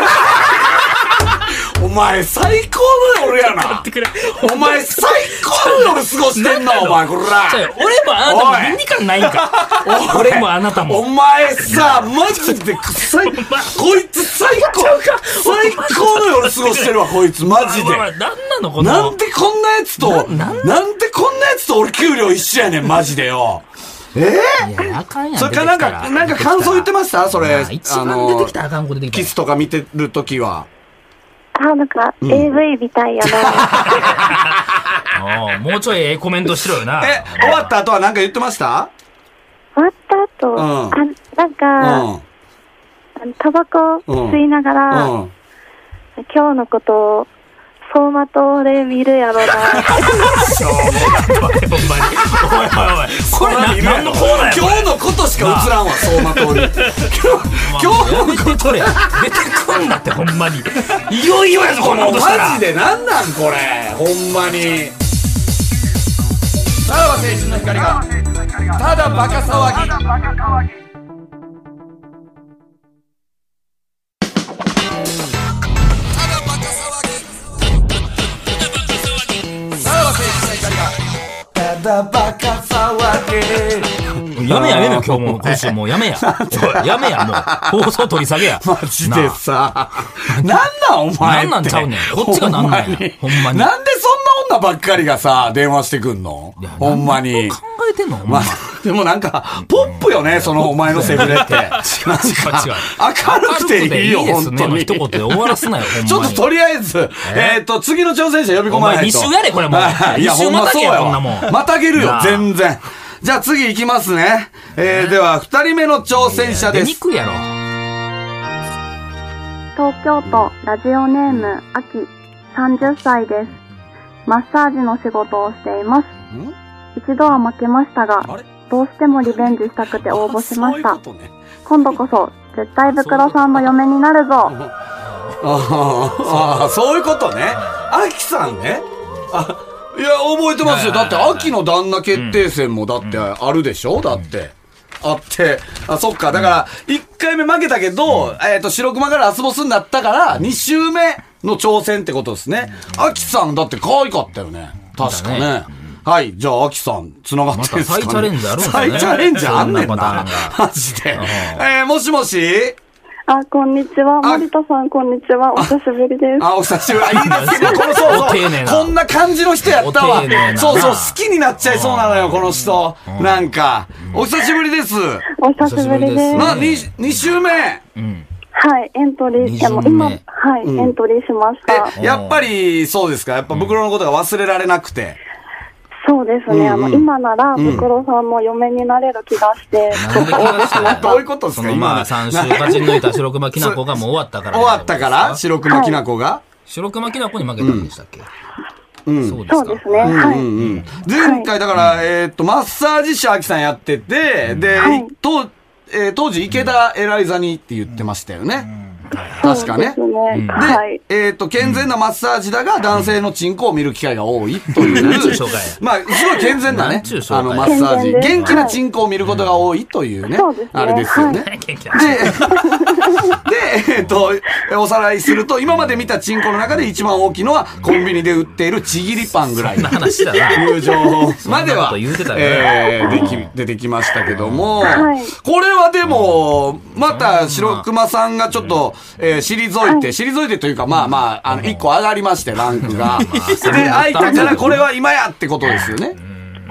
Speaker 2: お前、最高の夜やな。
Speaker 3: くれ。
Speaker 2: お前、最高の夜過ごしてんな、お前、こら
Speaker 3: じゃ。あ俺もあなたも倫理観ないんか。俺もあなた
Speaker 2: お
Speaker 3: も。
Speaker 2: 前さ、マジでくさい。こいつ最高、最高の夜過ごしてるわ、こいつ、マジで。
Speaker 3: 何なのこの。
Speaker 2: なんでこんなやつと、なんでこんなやつと俺給料一緒やねん、マジでよ。
Speaker 3: いやあかんやん。
Speaker 2: それかなんか、なんか感想言ってましたそれ。
Speaker 3: あ一番出てきたらあかんこと出て
Speaker 2: キ
Speaker 3: き
Speaker 2: スとか見てるときは。
Speaker 4: あ、なんか、
Speaker 2: ん
Speaker 4: AV みたい
Speaker 2: *laughs*
Speaker 4: やな。
Speaker 3: た。おうもうちょいええコメントしろよな。
Speaker 2: え、終わった後はなんか言ってました
Speaker 4: 終わった後、
Speaker 2: うん
Speaker 4: あ、なん
Speaker 2: う
Speaker 4: か、
Speaker 2: ん。
Speaker 4: あのタバコを吸いなが
Speaker 2: う
Speaker 4: ら、
Speaker 2: ん。
Speaker 4: 今日のことを、走馬灯で見
Speaker 2: *laughs*
Speaker 4: るやろな。
Speaker 3: しょうもないわほんまに。おいおいおい。これな何のコーナーやこれ
Speaker 2: 今日のことしか映らんわ、相馬通り。今日の
Speaker 3: やめてくれ。出てくんなってほんまに。いよいよやぞ、こんなことしたら。
Speaker 2: マジでなんなんこれほんまにさらば青春の光がただバカ騒ぎただバカ騒ぎ
Speaker 3: やめややめや今日もう今週もうやめや。おいやめやもう。放送取り下げや。
Speaker 2: マジで
Speaker 3: な
Speaker 2: さ、なんなんお前って。
Speaker 3: なんなんちゃうねんこっちがなんなんやほんまに
Speaker 2: なんでそんな女ばっかりがさ、電話してくんの
Speaker 3: いや
Speaker 2: ほんまに
Speaker 3: あ。考えてんのほん
Speaker 2: ま
Speaker 3: ま
Speaker 2: あ。、でもなんか、ポップよね、そのお前のセフレって。なんか
Speaker 3: 違う
Speaker 2: 明るくていいよ、
Speaker 3: で
Speaker 2: 本当
Speaker 3: の
Speaker 2: に。
Speaker 3: 一言で終わらすなよ、ほんまに。
Speaker 2: ちょっととりあえず、
Speaker 3: え
Speaker 2: えーっと、次の挑戦者呼び込
Speaker 3: お
Speaker 2: ま
Speaker 3: 前
Speaker 2: ない
Speaker 3: 二
Speaker 2: と。
Speaker 3: 週やれ、これもう。
Speaker 2: はいい
Speaker 3: 二
Speaker 2: や、ほ
Speaker 3: 週
Speaker 2: んま
Speaker 3: また
Speaker 2: そう
Speaker 3: げ
Speaker 2: や
Speaker 3: や、こんな
Speaker 2: わ
Speaker 3: もん。
Speaker 2: またげるよ
Speaker 3: な、あ
Speaker 2: 全然。じゃあ次行きますね。えー、では、二人目の挑戦者
Speaker 3: 出
Speaker 2: で
Speaker 3: に
Speaker 2: す。
Speaker 3: くいやろ。
Speaker 4: 東京都ラジオネームあき30歳ですマッサージの仕事をしています
Speaker 2: ん
Speaker 4: 一度は負けましたが
Speaker 2: あれ
Speaker 4: どうしてもリベンジしたくて応募しまし
Speaker 2: あ
Speaker 4: た
Speaker 2: そういうことね
Speaker 4: 今度こそ絶対ブクロさんの嫁になるぞ
Speaker 2: あーあー、そういうことね。アキさんね。あいや、覚えてますよ。だって、秋の旦那決定戦もだってあるでしょだって。あって。あ、そっか。だから、1回目負けたけど、えっと、白熊からラスボスになったから、2周目の挑戦ってことですね。秋さんだって可愛かったよね。確か
Speaker 3: そうだ
Speaker 2: ね。はい。じゃあ、秋さん、繋がってんすかね
Speaker 3: また再チャレンジあるんすね
Speaker 2: 再チャレンジあんねん
Speaker 3: そんなパ
Speaker 2: な
Speaker 3: タ。
Speaker 2: マジで。
Speaker 3: ん
Speaker 2: えー、もしもし
Speaker 4: あこんにちは
Speaker 2: あ森
Speaker 4: 田さんこんにちはお久しぶりで
Speaker 2: あ、お久しぶり。あいいで
Speaker 3: *laughs*
Speaker 2: すね。この、
Speaker 3: お
Speaker 2: そう
Speaker 3: 丁寧な
Speaker 2: そう。こんな感じの人やった
Speaker 3: お
Speaker 2: わ
Speaker 3: 丁寧。な
Speaker 2: そうそう、好きになっちゃいそうなのよ、この人。なんか。お久しぶりです。
Speaker 4: お
Speaker 3: 久しぶりですうん
Speaker 2: な、に、2週目。
Speaker 3: うん。
Speaker 4: はいエントリ
Speaker 3: ーいやもう今二巡目
Speaker 4: はい、
Speaker 2: んエン
Speaker 4: トリーしまし
Speaker 2: え、やっぱり、そうですか。やっぱ、袋のことが忘れられなくて。
Speaker 4: そうですね、
Speaker 2: うんうん
Speaker 4: あの今なら
Speaker 2: ん
Speaker 4: ブクロさんも嫁になれる気がして、
Speaker 3: なんで気がしたの
Speaker 2: どういうことです
Speaker 3: そ
Speaker 2: か
Speaker 3: の今
Speaker 2: 今
Speaker 3: の3週勝ち抜いた白熊きなこがもう終わったから。
Speaker 2: 終わったから、白熊きなこが。
Speaker 3: 白熊きなこに負けたんでしたっけ
Speaker 2: うん。
Speaker 3: そうです
Speaker 4: そう
Speaker 3: か
Speaker 4: ですね、
Speaker 2: うん
Speaker 4: はい、
Speaker 2: うんうん前回、だから、えーっと、マッサージ師、アキさんやってて、で
Speaker 4: はい、
Speaker 2: とえー当時、池田エライザにって言ってましたよね。確かね。
Speaker 4: そうですね、
Speaker 2: で、
Speaker 4: はい。
Speaker 2: えっ、と、健全なマッサージだが、男性のチンコを見る機会が多いという。
Speaker 3: なんちゅう紹介や
Speaker 2: まあ、すごい健全な
Speaker 3: なん
Speaker 2: ね
Speaker 3: ちゅう紹、介
Speaker 2: あの、マッサージ。
Speaker 4: 健全です
Speaker 2: 元気なチンコを見ることが多いというね、
Speaker 4: そうですね
Speaker 2: あれですよね。
Speaker 3: 元気や
Speaker 2: で、 *laughs* で、えっ、と、おさらいすると、今まで見たチンコの中で一番大きいのは、コンビニで売っているちぎりパンぐらい。
Speaker 3: そんな話だな。
Speaker 2: 友情まで
Speaker 3: そんなこ
Speaker 2: は
Speaker 3: と、言うてたよ
Speaker 2: えー、
Speaker 3: う
Speaker 2: でき、出てきましたけども、
Speaker 4: はい
Speaker 2: これはでも、また白熊さんがちょっと、えー、退いて、退いてというか、まあまあ、あの、一個上がりまして、ランクが。で、空いたからこれは今やってことですよね。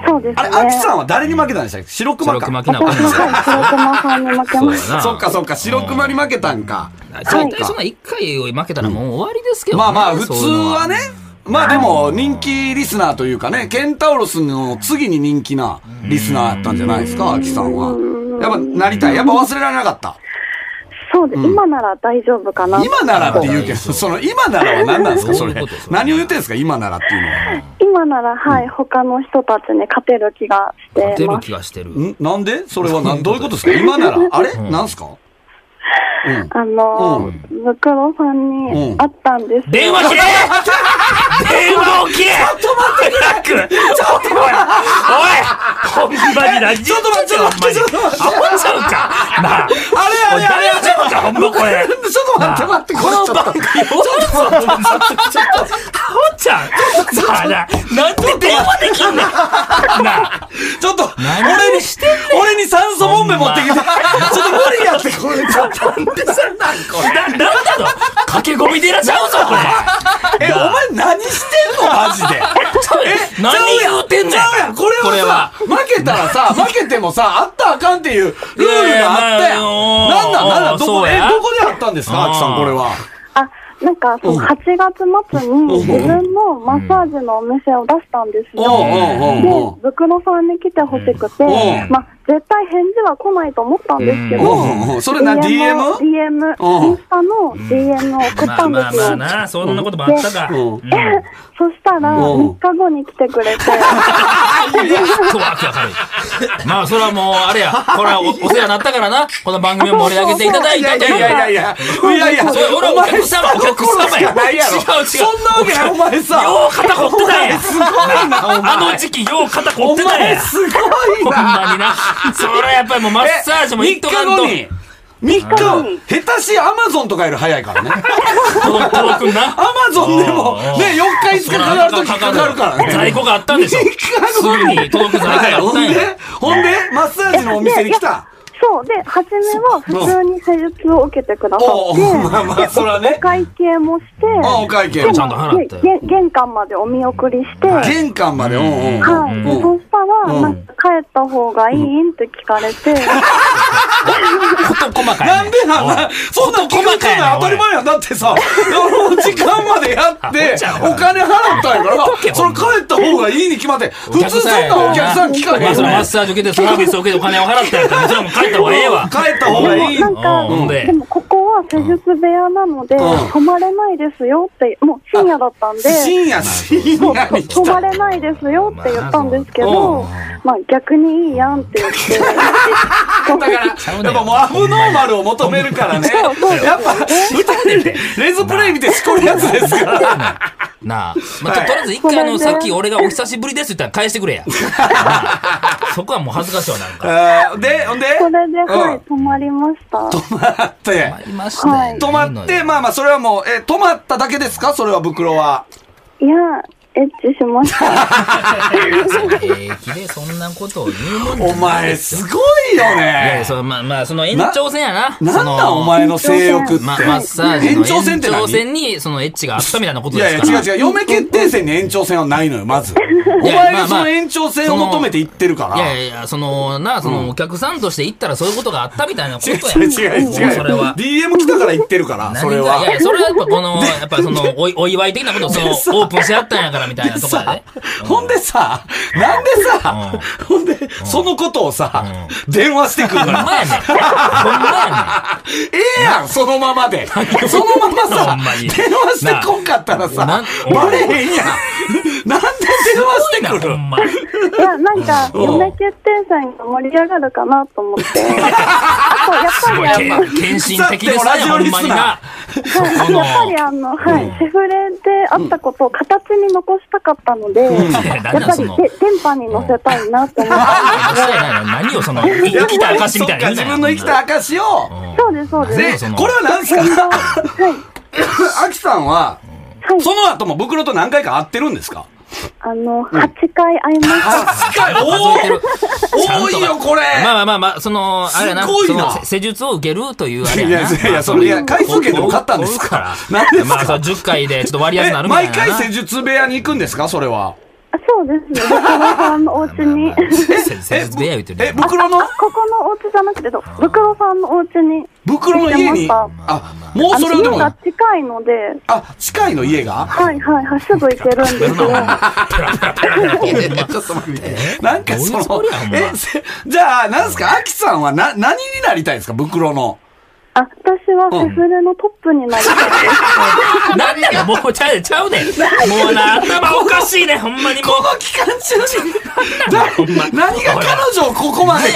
Speaker 4: そうですね。
Speaker 2: あれ、アキさんは誰に負けたんでしたっけ白熊
Speaker 3: 白
Speaker 2: か。
Speaker 3: 熊きなこに
Speaker 4: 私も
Speaker 3: 負けた。
Speaker 4: はい、白熊さんに負け
Speaker 3: そう
Speaker 4: ま
Speaker 3: や
Speaker 4: した。
Speaker 3: な。
Speaker 2: そっかそっか、白熊に負けたんか。そ
Speaker 3: 大
Speaker 2: っ
Speaker 3: 体そん
Speaker 2: か。
Speaker 3: な1回負けたらもう終わりですけどね、
Speaker 2: まあまあ、普通
Speaker 3: そういうの
Speaker 2: はね。、まあでも、人気リスナーというかね、ケンタウロスの次に人気なリスナーだったんじゃないですか、アキさんは。やっぱ、なりたい。やっぱ忘れられなかった。
Speaker 4: そうです、今なら大丈夫かな。
Speaker 2: 今ならって言うけど、
Speaker 3: そう
Speaker 2: その今ならは何なんですか、それ
Speaker 3: どういうこと。それ
Speaker 2: 何を言ってんですか、今ならっていうのは。
Speaker 4: 今なら、はい、他の人たちに勝てる気が
Speaker 3: 勝
Speaker 4: して
Speaker 3: てる
Speaker 4: ま
Speaker 3: 気
Speaker 4: す。
Speaker 3: がしてる。
Speaker 2: んなんでそれはなんどういうことですか今なら。あれなんすかうん。
Speaker 4: あのー、ムクロさん
Speaker 2: う
Speaker 4: に
Speaker 2: ん
Speaker 4: 会ったんです
Speaker 3: 電
Speaker 4: よ。
Speaker 3: 話切れ電話を切れちょっと待ってちょっとおいおいほんまにラジ
Speaker 2: ちょっと待ってちょっと待ってちょっと待って
Speaker 3: あほんちゃうかなあ
Speaker 2: あれあれあれ
Speaker 3: 大丈夫かほんまこれ
Speaker 2: *laughs* ちょっと待って待って、これちょっと。
Speaker 3: あほんちゃんなあななんで電話できんねんなあ
Speaker 2: ちょっと、
Speaker 3: 何
Speaker 2: 俺に
Speaker 3: してんね、
Speaker 2: 俺に酸素ボンベ持ってきて、ちょっと無理やって、これ、ちょっと。
Speaker 3: ななんだの駆け込み寺ちゃうぞこ
Speaker 2: え、お前何してんのマジで。
Speaker 3: れえ何言うてんねん
Speaker 2: ちゃうやんこ
Speaker 3: これ
Speaker 2: れ
Speaker 3: は
Speaker 2: はさ、負けたら
Speaker 3: *laughs*
Speaker 2: さ、負けてもさ、あったらあかんっていうルールがあったやん。
Speaker 3: いやいやまあ
Speaker 2: なんなん、なんな
Speaker 3: うん
Speaker 2: ん、どこ、
Speaker 3: そう
Speaker 2: え、
Speaker 3: や
Speaker 2: どこであったんですか
Speaker 3: うん
Speaker 2: アキさん、これは。
Speaker 4: あ、なんか、そううん8月末に自分のマッサージのお店を出したんです
Speaker 2: おう
Speaker 4: よ。
Speaker 2: おうおう
Speaker 4: で、ブクロさんに来てほしくて
Speaker 2: う、ん
Speaker 4: まあ、絶対返事は来ないと思ったんですけ
Speaker 2: おう
Speaker 4: ど、
Speaker 2: おうおうそれな、DM?
Speaker 4: DM、
Speaker 2: うん
Speaker 4: インスタの DM を送っ
Speaker 3: まあ
Speaker 4: たんで
Speaker 3: まあ
Speaker 4: す
Speaker 3: まあ
Speaker 4: よ。
Speaker 3: なそんなこともあったか
Speaker 2: う
Speaker 3: うん
Speaker 2: ん
Speaker 4: *laughs* そしたら、
Speaker 2: うん
Speaker 4: 3日後に来てく
Speaker 2: *laughs*
Speaker 4: れて、
Speaker 3: そう、わけわかる。まあ、それはもう、あれや、これはおお世話になったからな、この番組を盛り上げていただい
Speaker 2: い
Speaker 3: た
Speaker 2: や
Speaker 3: と
Speaker 2: いやい
Speaker 3: い
Speaker 2: やい
Speaker 3: う。
Speaker 2: や、いやいや、
Speaker 3: それ俺はお
Speaker 2: 前
Speaker 3: 客様、お客様や。
Speaker 2: 心しかないやろ
Speaker 3: 違う違う。
Speaker 2: そんなわけないお前さ
Speaker 3: よう肩凝ってたんや。
Speaker 2: すごいな、お前。
Speaker 3: あの時期、よう肩凝
Speaker 2: お
Speaker 3: ってたん
Speaker 2: 前
Speaker 3: や。
Speaker 2: す
Speaker 3: *laughs*
Speaker 2: ごい
Speaker 3: ほん
Speaker 2: *laughs* な。
Speaker 3: まにな。それはやっぱりもうマッサージも行っとかんと。
Speaker 2: 3日後に。3日、下手しアマゾンとかより早いからね。
Speaker 3: 遠く
Speaker 2: ア
Speaker 3: な。
Speaker 2: マゾンでも、ね、4日5日かかるときかかるからね。
Speaker 3: 在庫があったんでしょ。
Speaker 2: 3日
Speaker 3: す
Speaker 2: 後
Speaker 3: ぐに届く在庫があっ
Speaker 2: ほ
Speaker 3: たん
Speaker 2: ん
Speaker 3: や
Speaker 2: で。、ほんで、マッサージのお店に来た。
Speaker 4: そう、で、初めは普通に施術を受けてくださ
Speaker 2: お
Speaker 4: っ
Speaker 2: お、
Speaker 4: て、
Speaker 2: まあまあ、そら
Speaker 4: お
Speaker 2: ね。
Speaker 4: 会計もして、
Speaker 2: あお会計
Speaker 4: で
Speaker 2: も。
Speaker 3: ちゃんと払って
Speaker 4: でげ玄関までお見送りして、はい。
Speaker 2: 玄関まで、うんうん。
Speaker 4: で
Speaker 2: うん
Speaker 4: そしたら、
Speaker 2: うん
Speaker 4: なんか帰った方がいいんって聞かれて、
Speaker 3: 事細かいね。
Speaker 2: なんでなんだそんなん聞くかない当たり前やん。だって *laughs* さ、あの時間までやって、お金払ったんやから、それ帰った方がいいに決まって、普通そんなお客さん聞か
Speaker 3: ま
Speaker 2: へ
Speaker 3: あ、
Speaker 2: ん
Speaker 3: そ
Speaker 2: よ
Speaker 3: のマッ
Speaker 2: ね。
Speaker 3: サージ受けて、サービスを受けてお金を払ったんやから、も
Speaker 2: *laughs*
Speaker 3: ちろん帰った方がええわ。
Speaker 2: 帰った方がいい
Speaker 4: で。もなんか、
Speaker 3: うんで
Speaker 4: でもここは施術部屋なので、
Speaker 2: ん
Speaker 4: 泊まれないですよって、もう深夜だったんで、
Speaker 2: 深夜、深
Speaker 4: もう
Speaker 2: 夜に来
Speaker 4: 泊
Speaker 2: た。
Speaker 4: まれないですよって言ったんですけど、
Speaker 2: ま
Speaker 4: まあ逆にいいやんって言って、
Speaker 2: だから、やっぱもうアブノーマルを求めるからね。やっぱ、レズプレイ見てしこるやつですから。
Speaker 3: なあ、まあ、と
Speaker 2: はい
Speaker 3: とりあえず一回あ
Speaker 4: ごめん
Speaker 3: の、
Speaker 4: ね
Speaker 3: さっき俺がお久しぶりですって言ったら返してく
Speaker 2: *laughs*
Speaker 3: れや。なあそこはもう恥ずかしいわ、なんか。
Speaker 2: あーで、ほんで、
Speaker 4: それで、は
Speaker 2: うん
Speaker 4: い、泊まりました。
Speaker 2: 止まって、
Speaker 3: いましたよ。
Speaker 2: 止まって、まあまあ、それはもう、え、止まっただけですかそれは、袋は。
Speaker 4: いや、エッチしました。
Speaker 3: 平気でそんなことを言うもんじゃない
Speaker 2: お前、
Speaker 3: い
Speaker 2: すごいよ
Speaker 3: やい
Speaker 2: ね
Speaker 3: や、。それまあまあ、その延長戦やな。
Speaker 2: な
Speaker 3: そ
Speaker 2: ん
Speaker 3: の
Speaker 2: なん、お前の性欲って。
Speaker 3: ま、マッサージの
Speaker 2: 延長戦
Speaker 3: 延
Speaker 2: って何
Speaker 3: 長戦に、そのエッチがあったみたいなこと
Speaker 2: い
Speaker 3: で
Speaker 2: やい
Speaker 3: す
Speaker 2: や、
Speaker 3: から。
Speaker 2: 違う違う。嫁決定戦に延長戦はないのよ、まず。お
Speaker 3: いや
Speaker 2: 前
Speaker 3: まあ
Speaker 2: がそ
Speaker 3: まあ
Speaker 2: の延長戦を求めていってるから。
Speaker 3: いやいやいや、その、なあ、その、お客さんとして行ったらそういうことがあったみたいなこと
Speaker 2: 違う
Speaker 3: や。
Speaker 2: *laughs* 違う違う違う。
Speaker 3: それは。
Speaker 2: DM 来たから言ってるから、 *laughs* それ
Speaker 3: 何が
Speaker 2: はい
Speaker 3: や。いや、それはやっぱこ
Speaker 2: *laughs*
Speaker 3: の、やっぱその、おいお *laughs* 祝い的なことをその、
Speaker 2: でさ
Speaker 3: オープンし合ったんやからみたいなとこや
Speaker 2: さ *laughs*
Speaker 3: で。、
Speaker 2: ほんでさ、なんでさ、ほんで、そのことをさ、電話してくるか
Speaker 3: ほんま *laughs*
Speaker 2: ら。
Speaker 3: やねん。ほんまや
Speaker 2: ええやん、そのままで。そのまま
Speaker 3: ほ
Speaker 2: さ
Speaker 3: んまに、
Speaker 2: 電話してこんかったらさ
Speaker 3: な、
Speaker 2: バレへんやん。なんで電話
Speaker 3: ね
Speaker 2: して *laughs*
Speaker 3: ん。
Speaker 2: く
Speaker 3: ほ
Speaker 2: る
Speaker 3: んま。
Speaker 4: いや、なんか、
Speaker 2: うん
Speaker 4: 嫁決定戦が盛り上がるかなと思って。あ
Speaker 3: す
Speaker 4: と、
Speaker 3: ご
Speaker 4: やっぱりあの、
Speaker 3: い、献身的です
Speaker 2: 腐っ
Speaker 3: ね、
Speaker 2: ても
Speaker 3: ほ
Speaker 2: ラジオ
Speaker 3: ん
Speaker 2: リ
Speaker 3: ま
Speaker 2: ス
Speaker 3: に
Speaker 2: ナ
Speaker 3: な。そ
Speaker 4: は
Speaker 3: この
Speaker 4: いやっぱりあの、はい、セフレであったことを形に残したかったので、
Speaker 3: や
Speaker 4: やっぱ
Speaker 3: そ
Speaker 4: り
Speaker 3: の
Speaker 4: で電波に乗せたいなと思って。
Speaker 3: 何をその、生きた証みたいな。
Speaker 2: そっか自分の生きた証を、
Speaker 4: そうです、そう
Speaker 2: ね
Speaker 4: で
Speaker 3: その
Speaker 2: これは何す
Speaker 4: す。変動。
Speaker 2: か
Speaker 4: はい。
Speaker 2: *laughs* アキさんは、
Speaker 4: はい
Speaker 2: その後も袋と何回か会ってるんですか
Speaker 4: あの、8回会いました。
Speaker 2: 近い
Speaker 3: 数えてる
Speaker 2: *laughs* 多いよ、これ
Speaker 3: まあまあまあまあ、その、あれやな、
Speaker 2: すごい
Speaker 3: その
Speaker 2: な
Speaker 3: せ施術を受けるというあれ
Speaker 2: い
Speaker 3: や
Speaker 2: や
Speaker 3: な。
Speaker 2: いやいや、それ、いや、回数券でも買ったんですか
Speaker 3: 追う
Speaker 2: 何です
Speaker 3: まあ、そ
Speaker 2: か
Speaker 3: う、10回でちょっと割安にな
Speaker 2: え、
Speaker 3: るみたい
Speaker 2: 毎
Speaker 3: な。
Speaker 2: 回施術部屋に行くんですかそれは。
Speaker 4: あそうですね。ブクロさんのお家に。
Speaker 3: せ施術部屋言うてる
Speaker 2: え、
Speaker 3: やん。
Speaker 2: 袋の
Speaker 4: ここのお家じゃなくて、どブクロさんのお家に。
Speaker 2: 袋の家に。
Speaker 4: まあ
Speaker 2: あ、もう
Speaker 4: あ
Speaker 2: そ
Speaker 4: の
Speaker 2: れはで
Speaker 4: 家が
Speaker 2: も、
Speaker 4: 近いので、
Speaker 2: あ、近いの家が
Speaker 4: はいはいはい、すぐ行けるんですよ。
Speaker 2: *laughs* なんかそ
Speaker 3: どういうつも
Speaker 2: の
Speaker 3: りやほん、ま
Speaker 2: え、せじゃあ、なんすかアキさんはな、何になりたいんですか袋の。
Speaker 4: あ、私はセフレのトップになりたいです。
Speaker 3: 何やねんもうちゃうでちゃうでもうな頭おかしいねほんまにもう
Speaker 2: 期間中にだ何が彼女をここまで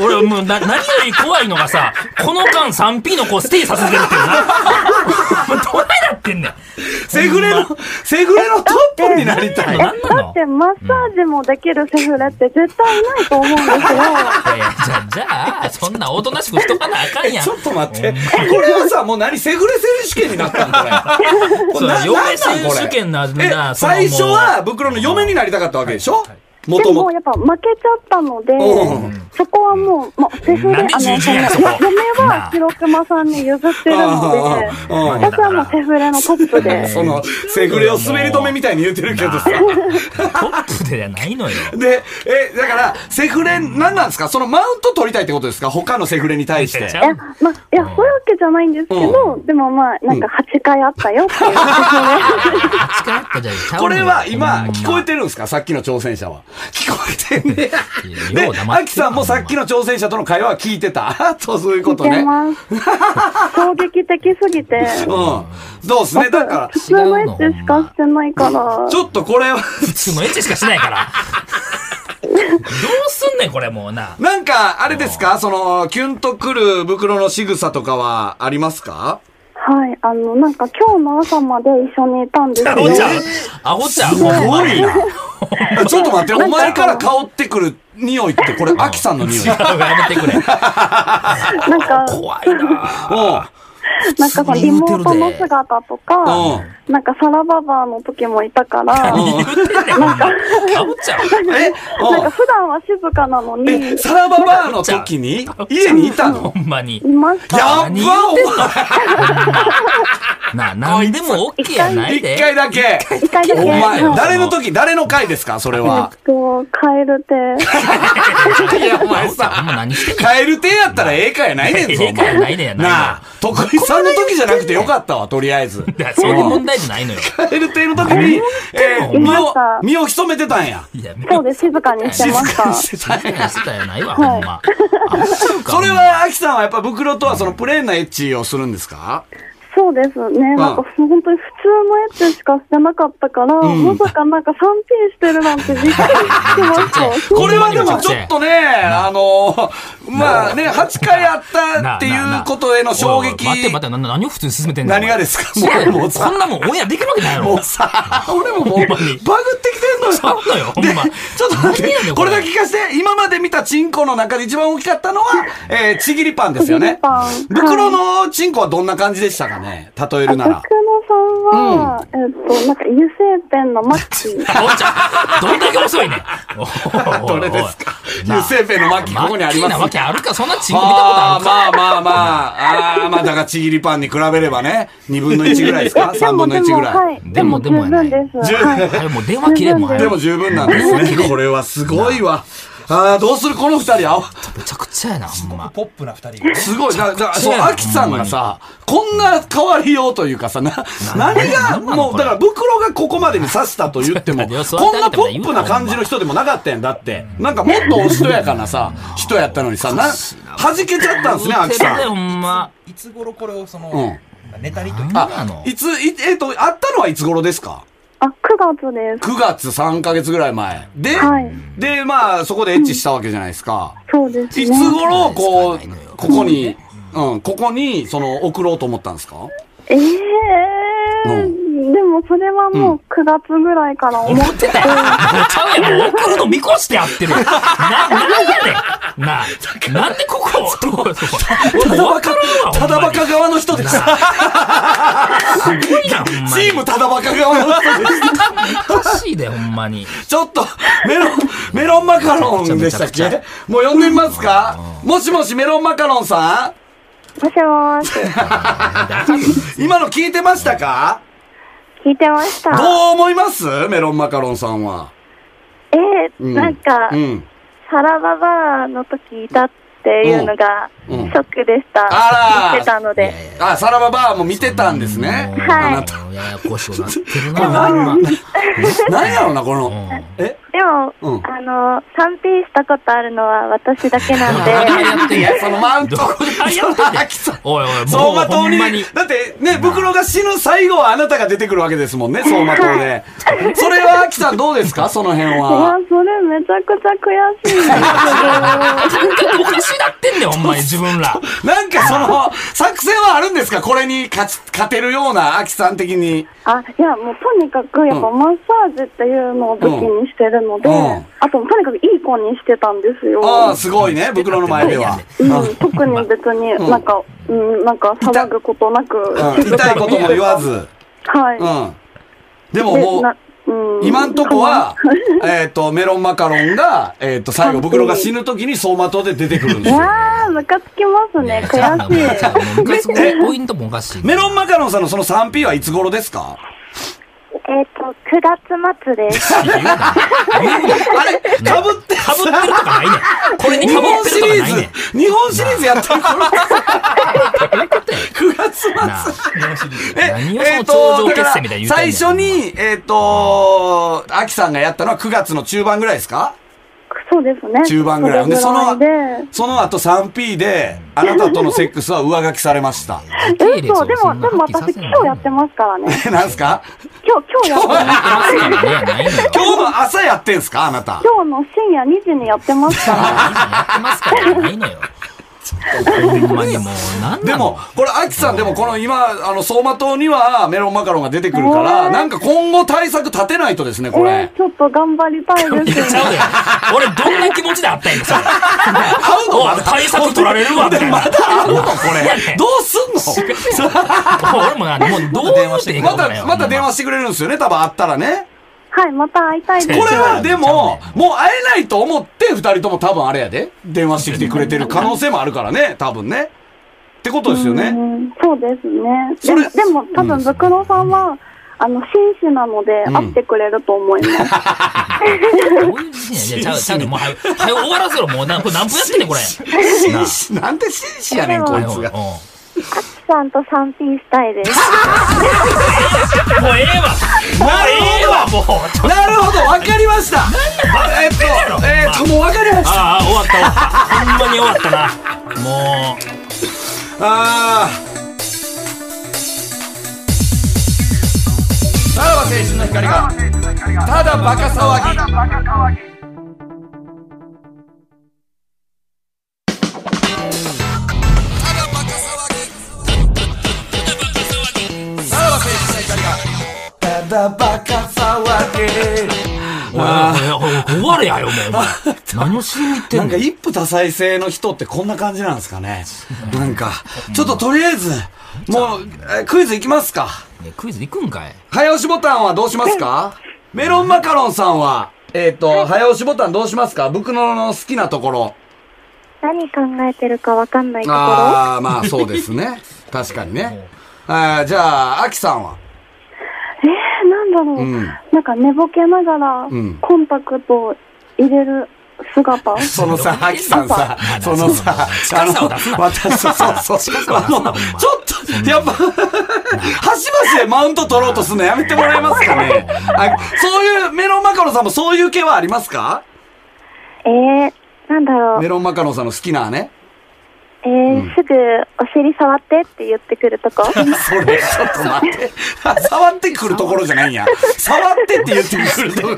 Speaker 3: 俺もうな何より怖いのがさこの間 3P の子をステイさせてるっていうなもうどないなってんねん
Speaker 2: *laughs* セフレのセフレのトップになりたい
Speaker 3: 何なんな
Speaker 4: だ
Speaker 3: の
Speaker 4: ってマッサージもできるセフレって絶対いないと思うんですよ。
Speaker 3: いやいやじゃあじゃあそんなおとなしくしとかなあかんやん
Speaker 2: ちょっと待ってこれはさもう何セフレ選手権になったんこれこ
Speaker 3: *laughs* そう
Speaker 2: れな
Speaker 3: 嫁
Speaker 2: なんなんこれ
Speaker 3: 選手権のある
Speaker 2: え
Speaker 3: なそのもう
Speaker 2: 最初は袋の嫁になりたかったわけでしょも
Speaker 4: で
Speaker 2: と
Speaker 4: も
Speaker 2: も
Speaker 4: やっぱ負けちゃったので
Speaker 2: うん、
Speaker 4: そこはもう、まあ、セフレ、
Speaker 3: なんで
Speaker 4: あの、その
Speaker 3: 従順やそこ
Speaker 4: 嫁は白熊さんに譲ってるので、
Speaker 2: うんうん
Speaker 4: 私はもうセフレのトップで。
Speaker 2: そのセフレを滑り止めみたいに言ってるけどさ
Speaker 3: トップではないのよ
Speaker 2: で、え、だから、セフレ、何なんですかそのマウント取りたいってことですか他のセフレに対して。
Speaker 3: ち
Speaker 4: い
Speaker 3: ゃ
Speaker 4: や
Speaker 3: う、
Speaker 4: まあ、いや、そういうわけじゃないんですけど、でもまあ、なんか8回あったよっていう。
Speaker 3: 力あったじゃんちゃ
Speaker 2: こ
Speaker 3: う *laughs* のよ
Speaker 2: れは今、聞こえ
Speaker 3: る
Speaker 2: てるんですかさっきの挑戦者は。聞こえてんね。
Speaker 3: いやよ
Speaker 2: で
Speaker 3: う黙って、た
Speaker 2: アキさんもさっきの挑戦者との会話は聞いてた。 *laughs* と、そういうこ
Speaker 4: 聞
Speaker 2: と
Speaker 4: け
Speaker 2: ね。
Speaker 4: ます。衝撃的す
Speaker 2: *laughs*
Speaker 4: ぎて。
Speaker 2: うん。そうですね。だか
Speaker 4: 普通のエッチしかしてないから
Speaker 2: ら、ち。ょっとこれは、 *laughs*
Speaker 3: 普通のエッチしかしないからどうすんねんこれもうな
Speaker 2: なんか、あれですかその、キュンとくる袋の仕草とかはあります
Speaker 3: *laughs*
Speaker 2: か
Speaker 4: はい。あの、なんか今日の朝まで一緒にいたんです
Speaker 3: ア
Speaker 4: よ。
Speaker 3: ホちゃんアホちゃん
Speaker 2: す
Speaker 3: もう
Speaker 2: ごいな。ちょっと待って、お前から香ってくる匂いって、これ、アキさんの匂
Speaker 3: *laughs*
Speaker 2: い。
Speaker 3: 違うやめてくれ
Speaker 4: なんか、
Speaker 3: 怖いな
Speaker 2: うん。
Speaker 4: なんかそのリモートの姿とか
Speaker 2: う、
Speaker 4: なんかサラババアの時もいたから、
Speaker 2: うん
Speaker 3: 言ってんねんほんまアホちゃん
Speaker 2: え
Speaker 4: なんか普段は静かなのに、
Speaker 2: え、サラババアの時
Speaker 3: *laughs*
Speaker 2: に家にいたの
Speaker 3: ほんまに
Speaker 4: いまし。
Speaker 2: やったばお
Speaker 3: 何言なあ何でも OK やな
Speaker 2: 前
Speaker 3: いで
Speaker 2: 一回だけ
Speaker 4: 一回だけ、
Speaker 2: お前、
Speaker 4: はい
Speaker 2: 誰の時、誰の回ですかそれ
Speaker 3: *laughs*
Speaker 4: えっ
Speaker 2: は。
Speaker 4: と、カエルテ。
Speaker 2: いや、お前
Speaker 3: ほんま
Speaker 2: さ、
Speaker 3: 何してん
Speaker 2: カエル亭やったらええかやないねんぞ。
Speaker 3: ええかやないねんやないねん
Speaker 2: なあ、徳井さんの時じゃなくてよかったわ、とりあえず。
Speaker 3: だから *laughs* そういう問題じゃないのよ
Speaker 2: カエル亭の時に、えー
Speaker 4: い
Speaker 2: 身
Speaker 4: ま
Speaker 2: を
Speaker 4: し、た
Speaker 2: 身を潜めてたんや。
Speaker 3: いや
Speaker 4: そうです、静かにしてまし
Speaker 2: 静か
Speaker 4: た
Speaker 2: に。してたんや。
Speaker 3: してたやないわほんまアホちゃうか
Speaker 2: それは、アキさんはやっぱ袋とはそのプレーンなエッチをするんですか
Speaker 4: そうですね。なんか本当に普通のやつしかしてなかったから、
Speaker 2: ん
Speaker 4: まさかなんか 3P してるなんてびっくりしました。
Speaker 2: これはでもちょっとね、あの、まあね、8回あったっていうことへの衝撃。
Speaker 3: なあなあなあおいおい待って待ってなな何を普通に進めてんの
Speaker 2: 何がですか
Speaker 3: もう
Speaker 2: もうもう
Speaker 3: そんなもんオンエアできるわけないや
Speaker 2: も
Speaker 3: ろ
Speaker 2: うさ、俺ももう、バグってきてんのよ。
Speaker 3: ちゃうのよほんま
Speaker 2: でちょっと待っ
Speaker 3: 何やね
Speaker 2: て、
Speaker 3: ん
Speaker 2: こ
Speaker 3: こ
Speaker 2: れ
Speaker 3: れ
Speaker 2: だけ聞かせて、今まで見たチンコの中で一番大きかったのは、えーちぎりパンですよ
Speaker 4: ちぎ
Speaker 2: ね
Speaker 4: りパン。
Speaker 2: 袋のチンコはどんな感じでしたかね例える
Speaker 4: 徳野
Speaker 2: な
Speaker 4: さん
Speaker 2: ら。
Speaker 4: は、えっと、なんか油性ペンのマッチ。
Speaker 3: アホちゃんどんだけ遅いねんおいおいお
Speaker 2: *laughs* ど
Speaker 3: い
Speaker 2: れですか
Speaker 3: なあ
Speaker 2: 油性ペンの巻きここにあります
Speaker 3: マッキーなわけあるかそんなチンコ見たことあ
Speaker 2: あ
Speaker 3: る
Speaker 2: ー
Speaker 3: か
Speaker 2: まあまあまあ、あーまあだからちぎりパンに比べればね、2分の1ぐらいですか ?3 分の1ぐら。
Speaker 4: はいい。でも十分です。はい。
Speaker 3: あれもう電話切れもうあれ
Speaker 2: でも十分なんです
Speaker 4: *laughs*
Speaker 2: ね。これはすごいわ。ああ、どうするこの二人、あ
Speaker 3: めちゃくちゃやなほんま
Speaker 5: ポップな二人が
Speaker 2: すごい。だだ
Speaker 3: そ
Speaker 2: そうう、
Speaker 3: やな
Speaker 2: アキさんがさ、こんな変わりようというかさ、な、何が、
Speaker 3: な
Speaker 2: もう、だから、袋がここまでに刺したと言っても、
Speaker 3: いや
Speaker 2: こんなポップな感じの人でもなかったやんだって。なんかもっとおしとやかなさ、人やったのにさ、な、弾けちゃったんですね、アキ
Speaker 3: 言うてるで
Speaker 2: さん。
Speaker 3: ほんま
Speaker 5: いつ頃これをその、ネタにというか
Speaker 3: 何なの
Speaker 2: いつ、いえっと、会ったのはいつ頃ですか
Speaker 4: あ、9月です。
Speaker 2: ?9 月3ヶ月ぐらい前。で、
Speaker 4: はい
Speaker 2: で、まあ、そこでエッチしたわけじゃないですか。
Speaker 4: そうです
Speaker 2: い
Speaker 4: ね。
Speaker 2: つ頃、こう
Speaker 3: そうです、
Speaker 2: ここに、うん、ここに、その、送ろうと思ったんですか
Speaker 4: ええー。でもそれはもう9月ぐらいから思ってて。
Speaker 3: もうちゃうやんもう送るの見越してやってるやんな、なんやねんなあ、なんでここを *laughs*
Speaker 2: *laughs*
Speaker 3: どうそう
Speaker 2: ただバカ、ただバ
Speaker 3: ほんま
Speaker 2: カ側の人です。チ
Speaker 3: にすごいな、ほんまに。
Speaker 2: ームただバカ側の人で
Speaker 3: おかしいで、ほんまに。
Speaker 2: す。ちょっと、メロン、メロンマカロンでしたっけもう呼んでみますかもしもしメロンマカロンさ
Speaker 4: もしもし。
Speaker 2: ん今の聞いてましたか
Speaker 4: 聞いてました。
Speaker 2: どう思いますメロンマカロンさんは。
Speaker 4: えー、
Speaker 2: うん
Speaker 4: なんか、
Speaker 2: うん。
Speaker 4: サラババアの時いたってっていうのが、シ
Speaker 2: うんうん
Speaker 4: ョックでした。
Speaker 2: あら
Speaker 4: 言ってたので。
Speaker 2: あ、さらばバーも見てたんですね。
Speaker 4: はい
Speaker 2: あなた。
Speaker 3: もうややこしくなってる
Speaker 2: これ
Speaker 3: な。
Speaker 2: 何なん何やろな、この。え
Speaker 4: でも、
Speaker 2: うん
Speaker 4: あの、賛否したことあるのは私だけなん
Speaker 2: *laughs*
Speaker 4: で、
Speaker 2: いや、そのマウント。
Speaker 3: どこで何やってんねん
Speaker 2: あきさん。
Speaker 3: おいおい、
Speaker 2: 相
Speaker 3: もう
Speaker 2: 馬
Speaker 3: ほ
Speaker 2: 灯
Speaker 3: んま
Speaker 2: に
Speaker 3: に。。
Speaker 2: だってね、袋が死ぬ最後はあなたが出てくるわけですもんね、相馬灯
Speaker 4: *laughs*
Speaker 2: で。それは、あきさんどうですかその辺
Speaker 4: いや
Speaker 2: は。、
Speaker 4: それめちゃくちゃ悔しいん
Speaker 2: *laughs*
Speaker 4: ですけ
Speaker 3: おかしなってんねん、ほんまに自分ら。
Speaker 2: なんかその、作戦はあるんですかこれに勝ち、勝てるような、あきさん的に。
Speaker 4: ど、あ、いや、もうとにかく、やっぱ
Speaker 2: う
Speaker 4: マッサージっていうのを武器にしてるので、
Speaker 2: うんうん
Speaker 4: あと、とにかくいい子にしてたんですよ。
Speaker 2: ああ、すごいね、袋の前では。
Speaker 4: うん、特に別になんか、うん、なんか騒ぐことなく、
Speaker 2: うん、痛いことも言わず。
Speaker 4: はい。
Speaker 2: うん。で
Speaker 4: で
Speaker 2: ももう、
Speaker 4: なうん
Speaker 2: 今んとこは、えっと、メロンマカロンが、えっと、最後、袋が死ぬときに走馬灯で出てくるんで
Speaker 4: い
Speaker 2: すよ。
Speaker 4: やー、ムカつきますね。悔しい。
Speaker 3: もう昔もポイントもおかしい。
Speaker 2: メロンマカロンさんのその 3P はいつ頃ですか
Speaker 4: えっ、と、9月末です。
Speaker 2: あれかぶって、
Speaker 3: かぶってるとかないねん。これに
Speaker 2: 日
Speaker 3: かぶ
Speaker 2: 本
Speaker 3: って
Speaker 2: シ
Speaker 3: るとか
Speaker 2: リ
Speaker 3: ないねん
Speaker 2: ー。ズ、日本シリーズやってる頃9月末。
Speaker 3: なあ何をそ
Speaker 2: え
Speaker 3: の
Speaker 2: っと、
Speaker 3: 頂上
Speaker 2: だ
Speaker 3: 決
Speaker 2: か
Speaker 3: 戦みたい
Speaker 2: ら
Speaker 3: に言うてんね
Speaker 2: 最
Speaker 3: ん
Speaker 2: 初に、えっと、アキさんがやったのは9月の中盤ぐらいですか
Speaker 4: そうですね。
Speaker 2: 中盤ぐらい。
Speaker 4: で、
Speaker 2: で、その
Speaker 4: で、、
Speaker 2: その後 3P で、あなたとのセックスは上書きされました。 *laughs*
Speaker 4: えそう、でも、でも私今日やってますからね。
Speaker 2: え、なんすか
Speaker 4: 今日、今日やってま
Speaker 3: ま
Speaker 4: す。
Speaker 3: すからね。ないのよ。
Speaker 2: 今日の朝やってんすかあなた。
Speaker 4: 今日の深夜2時にやってますから。
Speaker 3: やってますからね。ないのよ。ほんまにもう、なん
Speaker 2: で
Speaker 3: な
Speaker 2: も
Speaker 3: の、
Speaker 2: これ、アキさん、でもこの今、あの、相馬灯にはメロンマカロンが出てくるか
Speaker 4: え
Speaker 2: ら、
Speaker 4: ー
Speaker 2: なんか今後対策立てないとですね、こ
Speaker 4: え
Speaker 2: れ
Speaker 4: ー、。ちょっと頑張りた
Speaker 3: *laughs*
Speaker 4: い
Speaker 3: い
Speaker 4: で
Speaker 3: や、
Speaker 4: す
Speaker 3: ち。ゃうよ。俺、どんな気持ちであったんや、それ。おい対策取られるわ、みたいな。
Speaker 2: あるのこれ。どうすん
Speaker 3: 俺もな、もう、どう言うていい
Speaker 2: の
Speaker 3: か
Speaker 2: ま
Speaker 3: 分からんよ
Speaker 2: た、また電話してくれるんですよね、多分あったらね。
Speaker 4: はい、また会いたいで
Speaker 2: こ
Speaker 4: す。
Speaker 2: れはでも、もう会えないと思って、二人とも多分あれやで。電話してきてくれてる可能性もあるからね、多分ね。ってことですよ
Speaker 4: う
Speaker 2: ね。
Speaker 4: んそうです
Speaker 2: それ
Speaker 4: ね。でも、でも多分、ブクロさんは、あの、紳士なので、
Speaker 2: ん
Speaker 4: 会ってくれると思います。
Speaker 3: どういう自信やねんちゃう、ちゃうねんもう、はよ、はよ終わらせろ、もう、なこれ何分やってんねん、これ。
Speaker 2: 紳士、 *laughs* なんで紳士やねん、こいつが。
Speaker 3: うん
Speaker 4: さんと 3P したいです。
Speaker 3: もうええわもうええわもうちょっ
Speaker 2: なるほど、わかり *laughs* ました。えっと、えっと、もうわかりました。
Speaker 3: ああ終わった終わったほんまに終わったなもう
Speaker 2: あーさらば青春の光がただバカ騒ぎただバカ騒ぎ
Speaker 3: おいおいおいおい終われやよもうお前何をしに行ってん
Speaker 2: な
Speaker 3: の
Speaker 2: んか一夫多妻制の人ってこんな感じなんですかね。なんか、ちょっととりあえず、もう、えクイズいきますか。
Speaker 3: ねクイズ行くんかい
Speaker 2: 早押しボタンはどうしますかメロンマカロンさんは、えっ、と、早押しボタンどうしますか僕の好きなところ。
Speaker 4: 何考えてるかわかんないところ。
Speaker 2: ああ、まあそうです
Speaker 3: *laughs*
Speaker 2: ね。確かにね。あーじゃあ、アキさんは。
Speaker 4: えー、なんだろう、
Speaker 2: うん
Speaker 4: なんか寝ぼけながら、
Speaker 2: ん
Speaker 4: コンタクトを入れる姿。
Speaker 2: そのさ、アキさんさ
Speaker 3: まあ、
Speaker 2: そのさ、
Speaker 3: そうそうそう近さを
Speaker 2: 私、そうそう、
Speaker 3: さを出
Speaker 2: あ
Speaker 3: すな
Speaker 2: の
Speaker 3: ほんま、
Speaker 2: ちょっと、やっぱ、端々でマウント取ろうとするのやめてもらえますかね。あそういう、メロンマカロンさんもそういう系はありますか
Speaker 4: えー、なんだろう、
Speaker 2: メロンマカロンさんの好きなね。
Speaker 4: えーすぐお尻触ってって言ってくるとこ。
Speaker 2: それ、ちょっと待って。触ってくるところじゃないんや。触ってって言ってくるところ。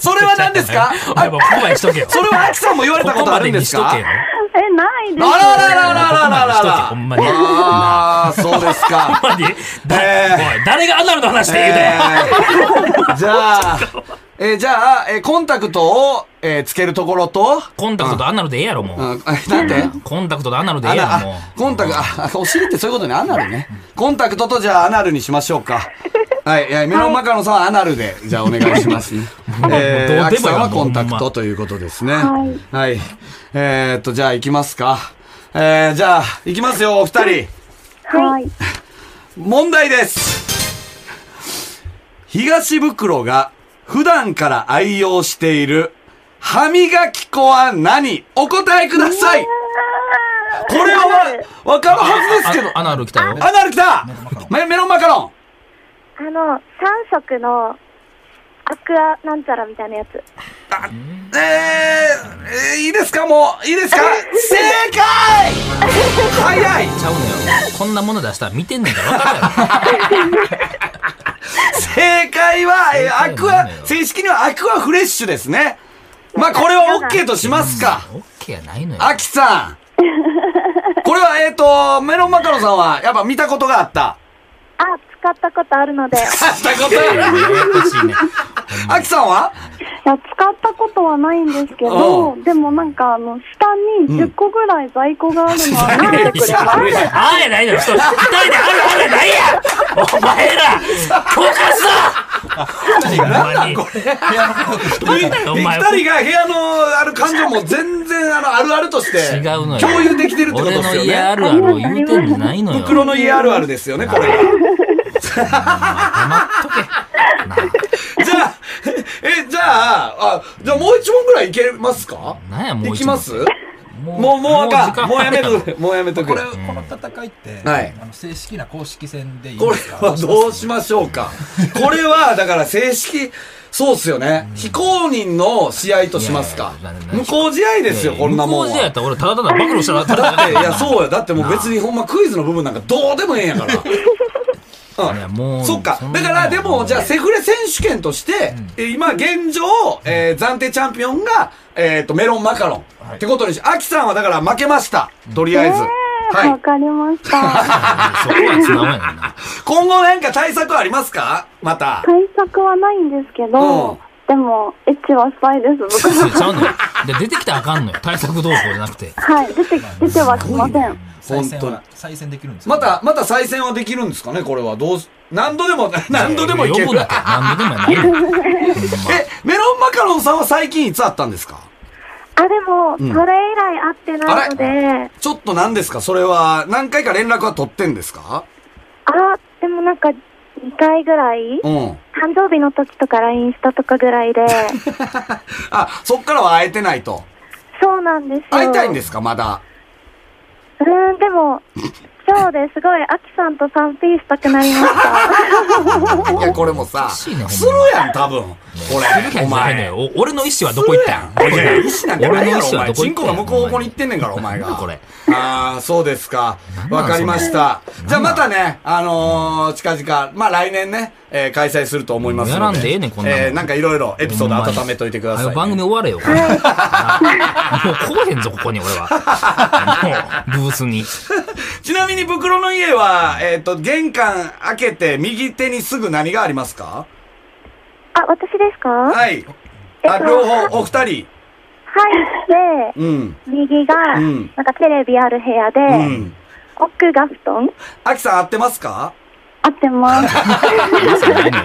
Speaker 2: それは何ですか
Speaker 3: お前もう小前しとけよ
Speaker 2: それはアキさんも言われ
Speaker 3: こ
Speaker 2: たこ
Speaker 3: こと
Speaker 2: あ
Speaker 3: ま
Speaker 2: る
Speaker 3: で
Speaker 2: んで
Speaker 3: に
Speaker 2: す
Speaker 3: しと
Speaker 2: か
Speaker 3: けよ
Speaker 4: え、ないで
Speaker 2: あらら
Speaker 4: す。
Speaker 2: らららららら
Speaker 3: ほんまにしとけほんまに
Speaker 2: ああ、そうですか。
Speaker 3: ほんまにだ
Speaker 2: えー
Speaker 3: おい誰がアナルの話して言うてんや
Speaker 2: えーじゃあ、えーじゃあ、えーコンタクトを、えーつけるところと、
Speaker 3: コンタクトとアナルでええやろも
Speaker 2: う、
Speaker 3: うん
Speaker 2: あなんて
Speaker 3: コンタクトとアナルでえ
Speaker 2: あ
Speaker 3: えやろ
Speaker 2: な
Speaker 3: もう
Speaker 2: あコンタクト、あ、お尻ってそういうことね、アナルね。コンタクトとじゃあアナルにしましょうか。はい、はい、メロンマカロンさんはアナルで、じゃあお願いします
Speaker 3: *laughs*
Speaker 2: ね。えー、
Speaker 3: もうどう
Speaker 2: ア
Speaker 3: で
Speaker 2: キ
Speaker 3: も
Speaker 2: さ
Speaker 3: よ
Speaker 2: んはコンタク
Speaker 3: もうほん
Speaker 2: ト
Speaker 3: ま
Speaker 2: ということですね。
Speaker 4: はい
Speaker 2: はい。えーっと、じゃあ行きますか。えー、じゃあ、行きますよ、お二人。
Speaker 4: はい。
Speaker 2: 問題です東袋が普段から愛用している歯磨き粉は何お答えくださいこれはわ、わかるはずですけど。
Speaker 3: あアナル来たよ。
Speaker 2: アナル来たメメロンマカロン
Speaker 4: あの、3色のアクアなんちゃらみたいなやつ。
Speaker 2: えー、えーいいですかもう、いいですか正解 *laughs* 早い
Speaker 3: ちゃうのよ。こんなもの出したら見てんねんから分かるや
Speaker 2: 正解は、えーアクア、正式にはアクアフレッシュですね。まあ、これは OK としますか。
Speaker 3: ろ。オッケーやないのよ。
Speaker 2: アキさん。これは、えっ、と、メロンマカロンさんは、やっぱ見たことがあった。
Speaker 4: あ、使ったことあるので。い
Speaker 2: あったこと
Speaker 3: ややこしいね。
Speaker 2: *laughs* アキさんは
Speaker 4: や、使ったことはないんですけど
Speaker 2: う、
Speaker 4: でもなんか、あの、下に10個ぐらい在庫があるのは、なんでこれ
Speaker 2: うん
Speaker 4: ある
Speaker 6: あーやないのよ。人二人であるあるやないやお前ら、強化す
Speaker 2: なんなんこれ
Speaker 6: なお
Speaker 2: 二
Speaker 6: 前、
Speaker 2: 人が部屋のある感情も全然あのあるあるとして
Speaker 3: 違うのよ。
Speaker 2: 共有できてるってこと
Speaker 3: 俺
Speaker 2: です
Speaker 3: の
Speaker 2: よ
Speaker 3: 家
Speaker 2: ね。
Speaker 3: あるあるを言うてんじゃないのよ。
Speaker 2: 袋の家あるあるですよね、これが。
Speaker 3: 黙っとけ。な
Speaker 2: じゃあ、え、じゃあ、あ、じゃあもう一問ぐらいいけますか
Speaker 3: なんや、も
Speaker 2: い
Speaker 3: う一
Speaker 2: き
Speaker 3: 問
Speaker 2: ますもう、もうあ
Speaker 3: 時
Speaker 2: か
Speaker 3: 間
Speaker 2: ん。もうやめとく。もうやめとく
Speaker 5: こ。れ、この戦いって、
Speaker 2: はい
Speaker 5: あの正式な公式戦でいいん
Speaker 2: こ
Speaker 5: で
Speaker 2: れ
Speaker 5: すか
Speaker 2: はどうしましょうか。これは、だから正式、そうっすよね。非公認の試合としますか
Speaker 3: いやいやいや。
Speaker 2: 無効試合ですよ、こんなもん
Speaker 3: 向こう時代やっ
Speaker 2: は。
Speaker 3: たら俺ただただ暴露したらただ
Speaker 2: だ
Speaker 3: た
Speaker 2: って、いや、
Speaker 3: だ
Speaker 2: そうや。だってもう別にほんまクイズの部分なんかどうでもええんやか
Speaker 3: *laughs*
Speaker 2: ら。
Speaker 3: いやもう
Speaker 2: そっか
Speaker 3: そん。な
Speaker 2: だから、でも、じゃあ、セフレ選手権として、えー今、現状、えー暫定チャンピオンが、えっと、メロンマカロン。ってことにし、アキさんはだから負けました。とりあえず。は
Speaker 4: わ
Speaker 2: い。
Speaker 4: かりました。
Speaker 3: そこは素直やねんな。
Speaker 2: 今後なんか対策ありますかまた。
Speaker 4: 対策はないんですけ
Speaker 2: うん
Speaker 4: ど、でも、エッチはしたいです、僕
Speaker 2: *laughs*
Speaker 4: は。
Speaker 3: いやちゃうのよ。で出てきたらあかんのよ。対策どうこうじゃなくて。
Speaker 4: はい、出て、出てはきません。
Speaker 5: 再戦
Speaker 2: 本当に
Speaker 5: は、再戦できるんですか
Speaker 2: また、また再戦はできるんですかねこれは。どうし、何度でも、何度でもいけ
Speaker 3: 呼
Speaker 2: る
Speaker 3: ぶ。だけ。何度でもやないのよ。
Speaker 2: え、メロンマカロンさんは最近いつあったんですか
Speaker 4: あ、でも、
Speaker 2: ん
Speaker 4: それ以来会ってないので、
Speaker 2: ちょっと何ですかそれは、何回か連絡は取ってんですか
Speaker 4: あ、でもなんか、2回ぐらい
Speaker 2: うん。
Speaker 4: 誕生日の時とか LINE したとかぐら
Speaker 2: *laughs*
Speaker 4: いで、
Speaker 2: あ、そっからは会えてないと。
Speaker 4: そうなんですよ。。
Speaker 2: 会いたいんですすかまだ。
Speaker 4: うーん、で
Speaker 2: *laughs*
Speaker 4: も、今日ですごい、アキさんとサンピースしたくなりま
Speaker 2: *laughs*
Speaker 4: した。
Speaker 2: いや、これもさ、
Speaker 3: おかしいなほんます
Speaker 2: るやん、多分。これ、お
Speaker 3: お前
Speaker 2: 前。
Speaker 3: のよ。お俺の意思はどこ行ったん
Speaker 2: いやいや、意思なんかない
Speaker 3: 俺
Speaker 2: や
Speaker 3: の
Speaker 2: ろ、お
Speaker 3: 意思は
Speaker 2: 前。
Speaker 3: ど
Speaker 2: チ
Speaker 3: こ行
Speaker 2: ン
Speaker 3: った
Speaker 2: コ
Speaker 3: ん
Speaker 2: が向こう向こに行ってんねんから、お前が。
Speaker 3: なんだこれ。
Speaker 2: ああ、そうですか。わかりました。じゃあまたね、あのー、近々、まあ来年ね、えー開催すると思いますので。
Speaker 3: やらんでええねんこんなの
Speaker 2: えーなんかいろいろエピソード温めといてください
Speaker 3: あ
Speaker 2: ね。
Speaker 3: の番組終われよ。これもう来おへんぞ、ここに俺は。もう、ブースに。
Speaker 2: ちなみに、袋の家は、えっ、と、玄関開けて右手にすぐ何がありますか
Speaker 4: あ、私ですかはい。
Speaker 2: はい。あ、両方、お二人。
Speaker 4: で、
Speaker 2: うん。
Speaker 4: 右が、
Speaker 2: うん
Speaker 4: なんかテレビある部屋で、
Speaker 2: うん。
Speaker 4: 奥が布団
Speaker 2: アキさん合ってますか
Speaker 4: 合ってます。
Speaker 3: 合ってないのよ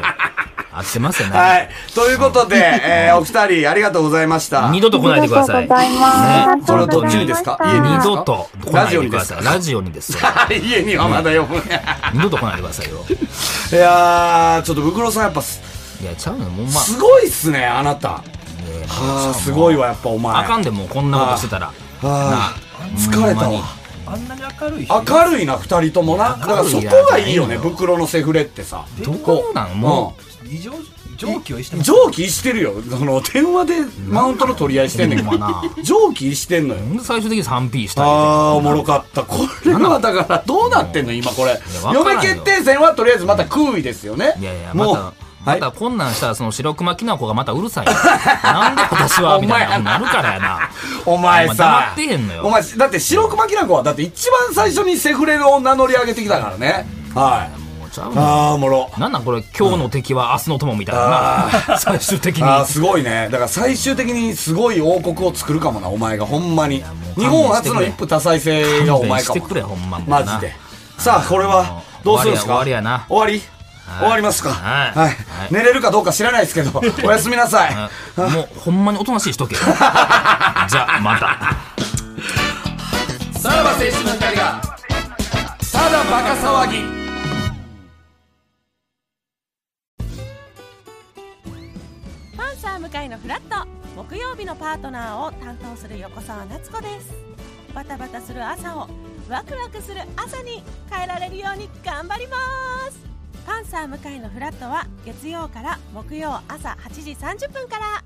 Speaker 3: 合ってますよね。
Speaker 2: はい。ということで、えーお二人、ありがとうございました。
Speaker 3: 二度と来ないでくだ
Speaker 4: あ
Speaker 3: さい。
Speaker 4: りがとうございます。
Speaker 2: ねそれはどっちにですか
Speaker 4: ありが
Speaker 3: 二
Speaker 4: とう
Speaker 3: 度と
Speaker 4: ございました
Speaker 3: 来ないでください。ラ
Speaker 2: ラ
Speaker 3: ジオにですよ。
Speaker 2: 家にはまだ呼ぶね。
Speaker 3: 二度と来ないでくださいよ。
Speaker 2: いやー、ちょっと、袋さんやっぱす、
Speaker 3: いや、ちゃうのよ、もうまあ。
Speaker 2: すごいっすね、あなた。
Speaker 3: ね
Speaker 2: あーすごいわ、やっぱお前。
Speaker 3: あかんでもうこんなことしてたら。
Speaker 2: あー疲れたわ。
Speaker 5: あんなに明るい人
Speaker 2: 明るいな、二人ともな。だからそこがいいよね、袋のセフレってさ。
Speaker 3: どこなんも
Speaker 5: 異常常軌を逸してます
Speaker 2: 上気してるよ。その、電話でマウントの取り合いしてんねん
Speaker 3: ほんまな
Speaker 2: か。上気してんのよ
Speaker 3: う。。ほんで最終的に 3P したりとか
Speaker 2: あー、おもろかった。これはだから、どうなってんの今これ
Speaker 3: や。わからん
Speaker 2: 嫁
Speaker 3: よ
Speaker 2: 決定戦はとりあえずまた空位ですよね。
Speaker 3: いやいや、
Speaker 2: もう
Speaker 3: また、またこんなんしたら、その白熊きなこがまたうるさいよ。なんで私は、みたいなことになるからやな。
Speaker 2: お前さ
Speaker 3: お前黙ってへんのよ
Speaker 2: お前だって白熊きなこはだって一番最初にセフレを名乗り上げてきたからねはい
Speaker 3: もうちゃうの
Speaker 2: ああおもろ
Speaker 3: なんなんこれ、今日の敵は明日の友みたいなな。最終的に。
Speaker 2: ああすごいねだから最終的にすごい王国を作るかもなお前がほんまに
Speaker 3: もう
Speaker 2: 日本初の一夫多妻制がお
Speaker 3: 勘弁
Speaker 2: 前
Speaker 3: し
Speaker 2: か
Speaker 3: て
Speaker 2: も
Speaker 3: くれ、ほんまもうな
Speaker 2: マジでさあこれはどうするんですか
Speaker 3: 終わりや終わりやな
Speaker 2: 終わり
Speaker 3: い
Speaker 2: 終わりますか
Speaker 3: はい
Speaker 2: はい
Speaker 3: はい
Speaker 2: 寝れるかどうか知らないですけ
Speaker 3: *laughs*
Speaker 2: どおやすみなさい
Speaker 3: うんもう、ほんまにおとなしいし
Speaker 2: *laughs*
Speaker 3: とけよ。じゃあ、また。
Speaker 2: さらば青春の光がただバカ騒ぎ
Speaker 7: パンサー向かいのフラット木曜日のパートナーを担当する横澤夏子ですバタバタする朝をワクワクする朝に変えられるように頑張りますパンサー向かいのフラットは月曜から木曜朝8時30分から